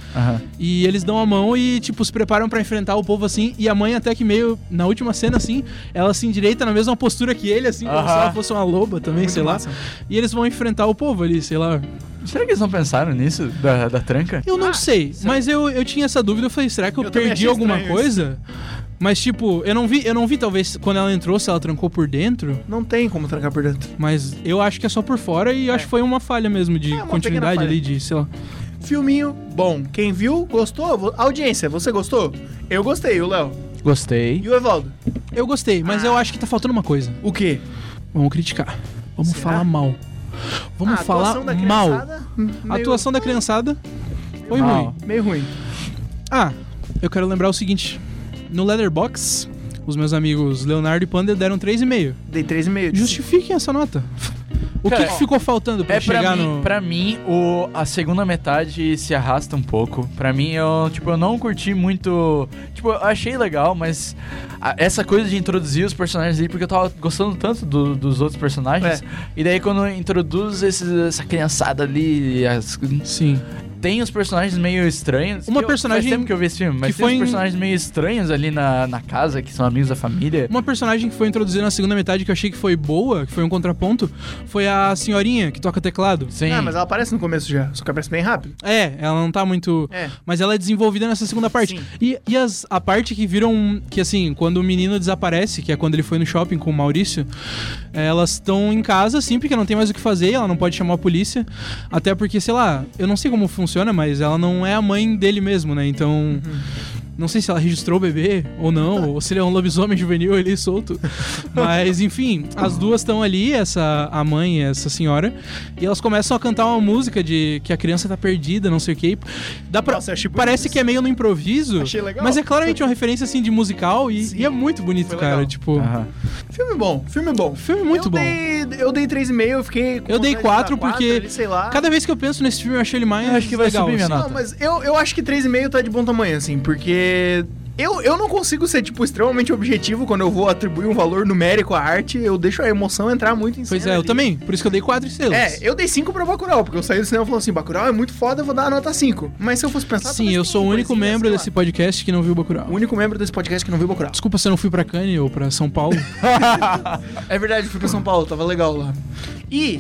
E eles dão a mão e, tipo, se preparam pra enfrentar o povo assim. E a mãe, até que meio na última cena, assim, ela se endireita na mesma postura que ele, assim, como
Aham.
se ela fosse uma loba também, sei
massa.
lá. E eles vão enfrentar o povo ali, sei lá.
Será que eles não pensaram nisso, da, da tranca?
Eu não sei, mas eu, eu tinha essa dúvida, eu falei, será que eu,
Eu também
perdi
achei
alguma
estranho
coisa? Mas tipo, eu não vi, eu não vi talvez quando ela entrou se ela trancou por dentro,
Não tem como trancar por dentro.
mas eu acho que é só por fora e acho que foi uma falha mesmo de
É, uma
continuidade
pequena
ali de, sei lá.
Filminho bom. Quem viu, gostou? Vo- Audiência, você gostou? Eu gostei, o Léo.
Gostei.
E o Evaldo?
Eu gostei, mas
Ah.
eu acho que tá faltando uma coisa.
O quê?
Vamos criticar. Vamos
Será?
falar mal. Vamos
A
falar
atuação da
mal.
criançada,
A
meio-
atuação da criançada foi
Mal.
ruim.
Meio ruim.
Ah, eu quero lembrar o seguinte, no Leatherbox, os meus amigos Leonardo e Panda deram 3,5.
Dei 3,5.
Justifiquem essa nota. O
Cara,
que, que ficou faltando pra
É, pra
chegar
mim,
no.
pra mim o, a segunda metade se arrasta um pouco. Pra mim, eu, tipo, eu não curti muito... Tipo, eu achei legal, mas a- essa coisa de introduzir os personagens aí, porque eu tava gostando tanto do- dos outros personagens,
É.
e daí quando introduz esses, essa criançada ali, as-
Sim.
tem os personagens meio estranhos.
Uma
que eu-
personagem
Faz tempo que eu vi esse filme, mas
que
tem
foi em-
os personagens meio estranhos ali na, na casa, que são amigos da família.
Uma personagem que foi introduzida na segunda metade que eu achei que foi boa, que foi um contraponto, foi a senhorinha que toca teclado.
Sim.
Ah, mas ela aparece no começo já, só que aparece bem rápido.
É, ela não tá muito.
É.
Mas ela é desenvolvida nessa segunda parte.
Sim.
E, e as- a parte que viram. Que assim, quando o menino desaparece, que é quando ele foi no shopping com o Maurício, é, elas estão em casa, assim, porque não tem mais o que fazer, ela não pode chamar a polícia. Até porque, sei lá, eu não sei como funciona, mas ela não é a mãe dele mesmo, né? Então.
Uhum.
Não sei se ela registrou o bebê ou
Tá.
não, ou se ele é um lobisomem juvenil ali solto. Mas, enfim, as duas estão ali, essa a mãe e essa senhora, e elas começam a cantar uma música de que a criança tá perdida, não sei o quê. Dá pra,
Nossa, eu achei bonito
parece
isso.
que é meio no improviso,
Achei legal.
mas é claramente uma referência assim de musical e,
Sim.
e é muito bonito,
Foi
cara.
legal.
Tipo,
Aham.
Filme bom, filme bom.
filme muito
eu
bom.
Dei, eu dei 3,5, eu fiquei. com
Eu dei
vontade de dar
4 porque
ali, sei lá.
cada vez que eu penso nesse filme eu achei ele mais
Eu acho que vai
legal,
subir minha
assim.
nota.
Não, mas eu, eu acho que 3,5 tá de bom tamanho, assim, porque. Eu, eu não consigo ser, tipo, extremamente objetivo quando eu vou atribuir um valor numérico à arte. Eu deixo a emoção entrar muito em
Pois
cena
é, eu
ali.
também. Por isso que eu dei quatro estrelas.
É, eu dei 5 pra Bacurau, porque eu saí do cinema e falei assim, Bacurau é muito foda, eu vou dar a nota 5. Mas se eu fosse pensar...
Sim,
talvez
eu
tenha
sou o
uma
único
coisinha,
membro
sei lá.
desse podcast que não viu Bacurau.
O único membro desse podcast que não viu Bacurau.
Desculpa se eu não fui pra Cannes ou pra São Paulo.
É verdade, eu fui pra São Paulo, tava legal lá. E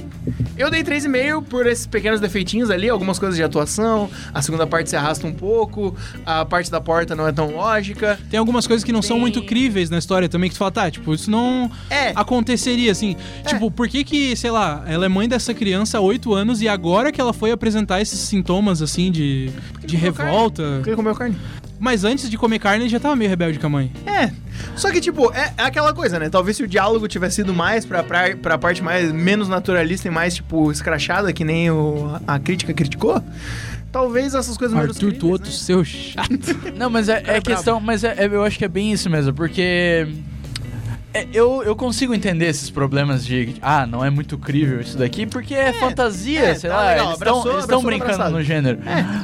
eu dei 3,5 por esses pequenos defeitinhos ali, algumas coisas de atuação. A segunda parte se arrasta um pouco, a parte da porta não é tão lógica.
Tem algumas coisas que não são muito críveis na história também que tu fala, tá, tipo, isso não
É.
aconteceria, assim. Tipo, por que que, sei lá, ela é mãe dessa criança há oito anos e agora que ela foi apresentar esses sintomas, assim, de, de
comeu
revolta?
Ele comeu carne.
Mas antes de comer carne, ele já tava meio rebelde com a mãe.
É. Só que, tipo, é, é aquela coisa, né? Talvez se o diálogo tivesse sido mais pra, pra, pra parte mais menos naturalista e mais, tipo, escrachada, que nem o- a crítica criticou, talvez essas coisas menos
Arthur, tu
críveis,
outro seu chato.
Não, mas é, é questão. Mas é, é- eu acho que é bem isso mesmo, porque. é, eu, eu consigo entender esses problemas de. Ah, não é muito crível isso daqui, porque é, fantasia,
é,
sei
tá
lá.
legal,
eles
abraçou,
tão- eles
abraçou,
estão brincando
abraçado.
no gênero.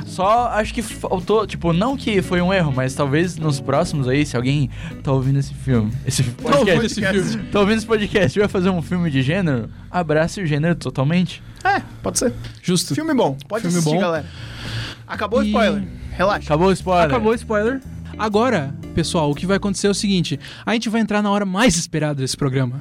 Só acho que faltou. Tipo, não que foi um erro, mas talvez nos próximos aí, se alguém tá ouvindo esse filme. Esse
ouvindo
podcast.
é esse filme.
Tá ouvindo esse podcast e vai fazer um filme de gênero, abrace o gênero totalmente.
né? É, pode ser.
Justo.
Filme bom. Pode
Filme
assistir,
bom.
galera. Acabou o
E-
spoiler. Relaxa.
Acabou o spoiler.
o spoiler. Agora, pessoal, o que vai acontecer é o seguinte: a gente vai entrar na hora mais esperada desse programa.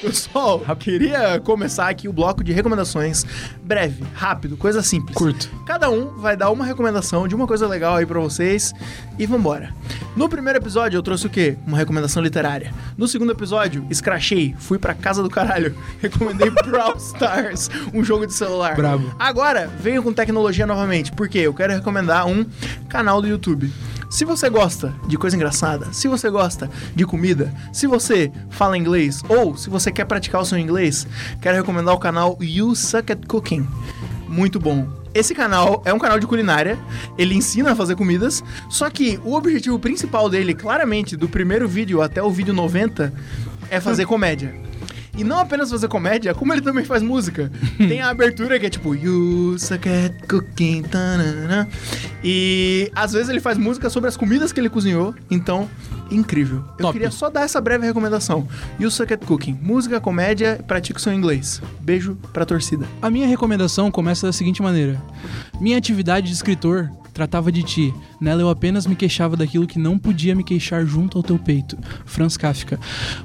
Pessoal, queria começar aqui o bloco de recomendações. Breve, rápido, coisa simples.
Curto.
Cada um vai dar uma recomendação de uma coisa legal aí pra vocês e vambora. No primeiro episódio eu trouxe o quê? Uma recomendação literária. No segundo episódio, escrachei, fui pra casa do caralho. Recomendei Brawl Stars, um jogo de celular.
Brabo.
Agora, venho com tecnologia novamente, porque eu quero recomendar um canal do YouTube. Se você gosta de coisa engraçada, se você gosta de comida, se você fala inglês ou se você quer praticar o seu inglês, quero recomendar o canal You Suck at Cooking. Muito bom. Esse canal é um canal de culinária, ele ensina a fazer comidas, só que o objetivo principal dele, claramente, do primeiro vídeo até o vídeo 90, é fazer comédia. E não apenas fazer comédia, como ele também faz música. Tem a abertura que é tipo You suck at cooking, tanana. E às vezes ele faz música sobre as comidas que ele cozinhou, então incrível. Eu
Top.
queria só dar essa breve recomendação. You suck at cooking, música, comédia, pratique o seu inglês. Beijo pra torcida.
A minha recomendação começa da seguinte maneira: Minha atividade de escritor tratava de ti. Nela eu apenas me queixava daquilo que não podia me queixar junto ao teu peito. Franz Kafka.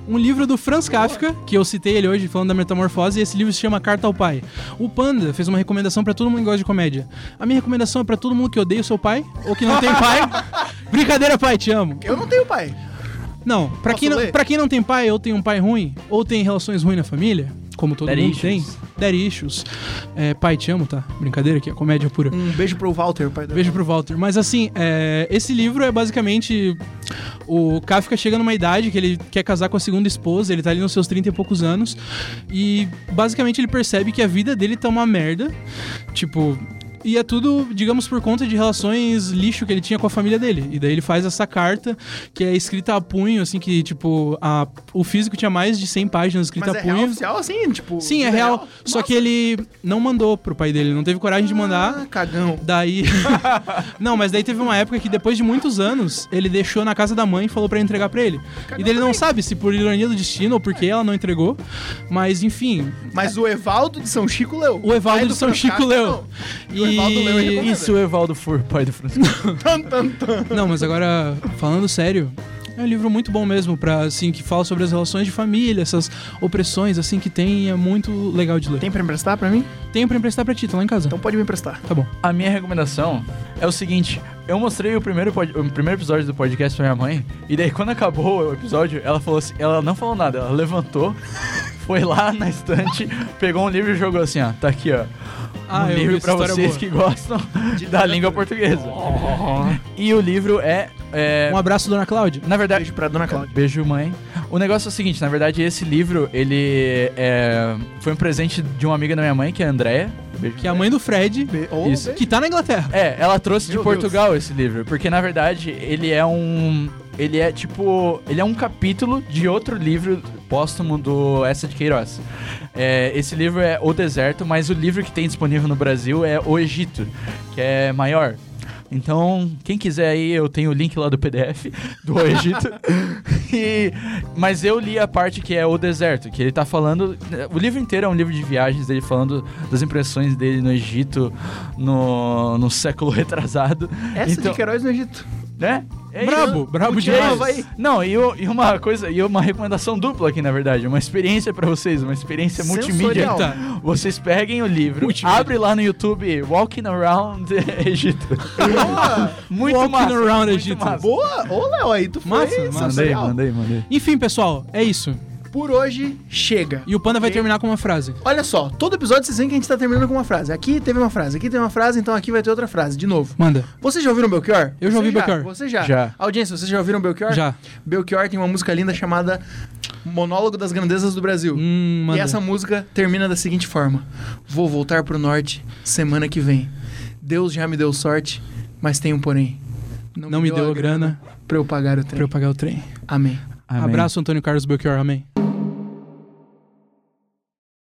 Um livro do Franz Kafka, que eu citei ele hoje falando da metamorfose, e esse livro se chama Carta ao Pai. O Panda fez uma recomendação pra todo mundo que gosta de comédia. A minha recomendação é pra todo mundo que odeia o seu pai ou que não tem pai. Brincadeira, pai, te amo.
Eu não tenho pai.
Não, pra
Posso
quem não,
ler?
pra quem não tem pai ou tem um pai ruim, ou tem relações ruins na família, como todo
Daddy
mundo
issues.
tem, daddy issues. É, pai, te amo, tá? Brincadeira aqui, é comédia pura.
Um beijo pro Walter, pai do
Beijo pro Walter. Mas assim, é, esse livro é basicamente. O Kafka chega numa idade que ele quer casar com a segunda esposa, ele tá ali nos seus 30 e poucos anos. E basicamente ele percebe que a vida dele tá uma merda. Tipo. E é tudo, digamos, por conta de relações lixo que ele tinha com a família dele. E daí ele faz essa carta, que é escrita a punho, assim, que, tipo, a, o físico tinha mais de 100 páginas escrita
Mas
a
é
punho.
real oficial assim, tipo.
Sim, é
vida
real. Só que ele não mandou pro pai dele, não teve coragem de mandar.
Ah, cagão.
Daí. não, mas daí teve uma época que depois de muitos anos, ele deixou na casa da mãe e falou pra entregar pra ele. e daí ele não sabe se por ironia do destino ou porque ela não entregou. Mas enfim,
Mas o Evaldo de São Chico leu.
o Evaldo
Pai do
de São
Franz
Chico
Kafka,
leu.
O Evaldo leu e recomenda.
Isso, o Evaldo Fur, pai do Francisco.
não. Tan, tan, tan.
Não, mas agora, falando sério. É um livro muito bom mesmo, pra, assim, que fala sobre as relações de família, essas opressões, assim, que tem, e é muito legal de ler.
Tem pra emprestar pra mim?
Tenho pra emprestar pra ti, tá lá em casa.
Então pode me emprestar.
Tá bom.
A minha recomendação é o seguinte: eu mostrei o primeiro, pod- o primeiro episódio do podcast pra minha mãe, e daí quando acabou o episódio, ela falou assim, ela não falou nada, ela levantou, foi lá na estante, pegou um livro e jogou assim, ó, tá aqui, ó.
Ah,
um
eu vi
livro
essa
pra
história
vocês
boa.
que gostam da língua portuguesa. E o livro é. é,
Um abraço, dona Cláudia.
na verdade,
Beijo pra dona Cláudia.
Beijo, mãe. O negócio é o seguinte, na verdade, esse livro, ele é, foi um presente de uma amiga da minha mãe, que é a Andrea. Beijo,
Que é a mãe do Fred,
Be- ou
Isso.
beijo.
que tá na Inglaterra.
É, ela trouxe
Meu
de Portugal esse livro, porque na verdade ele é um. Ele é tipo. Ele é um capítulo de outro livro póstumo do Essa de Queiroz. É, esse livro é O Deserto, mas o livro que tem disponível no Brasil é O Egito, que é maior. Então, quem quiser aí, eu tenho o link lá do PDF do O Egito. E- mas eu li a parte que é O Deserto, que ele tá falando. O livro inteiro é um livro de viagens dele falando das impressões dele no Egito no, no século retrasado.
Essa
Então-
de Queiroz no Egito.
Né? É isso.
Brabo, brabo
Porque é
demais.
isso, vai- Não, e, o- e uma coisa, e uma recomendação dupla aqui, na verdade. Uma experiência pra vocês, uma experiência multimídia.
Sensorial.
Vocês peguem o livro,
Multimídia.
abre lá no YouTube Walking Around Egito. muito
Walking
massa,
Around
muito
Egito.
massa.
Ah, Boa! Ô, Léo, aí tu foi
Massa,
Mandei,
sensorial.
mandei, mandei.
Enfim, pessoal, é isso.
Por hoje, chega.
E o Panda vai
Ok?
terminar com uma frase.
Olha só, todo episódio vocês veem que a gente tá terminando com uma frase. Aqui teve uma frase, aqui teve uma frase, então aqui vai ter outra frase, de novo.
Manda.
Vocês já ouviram Belchior?
Eu já ouvi
Você
Belchior.
Você já?
Já.
Audiência, vocês já ouviram Belchior?
Já.
Belchior tem uma música linda chamada Monólogo das Grandezas do Brasil.
Hum,
e
manda.
essa música termina da seguinte forma: Vou voltar pro norte semana que vem. Deus já me deu sorte, mas tem um porém.
Não me deu a grana
pra eu pagar o trem.
pra eu pagar o trem.
Amém.
Amém.
Abraço, Antônio Carlos Belchior. Amém.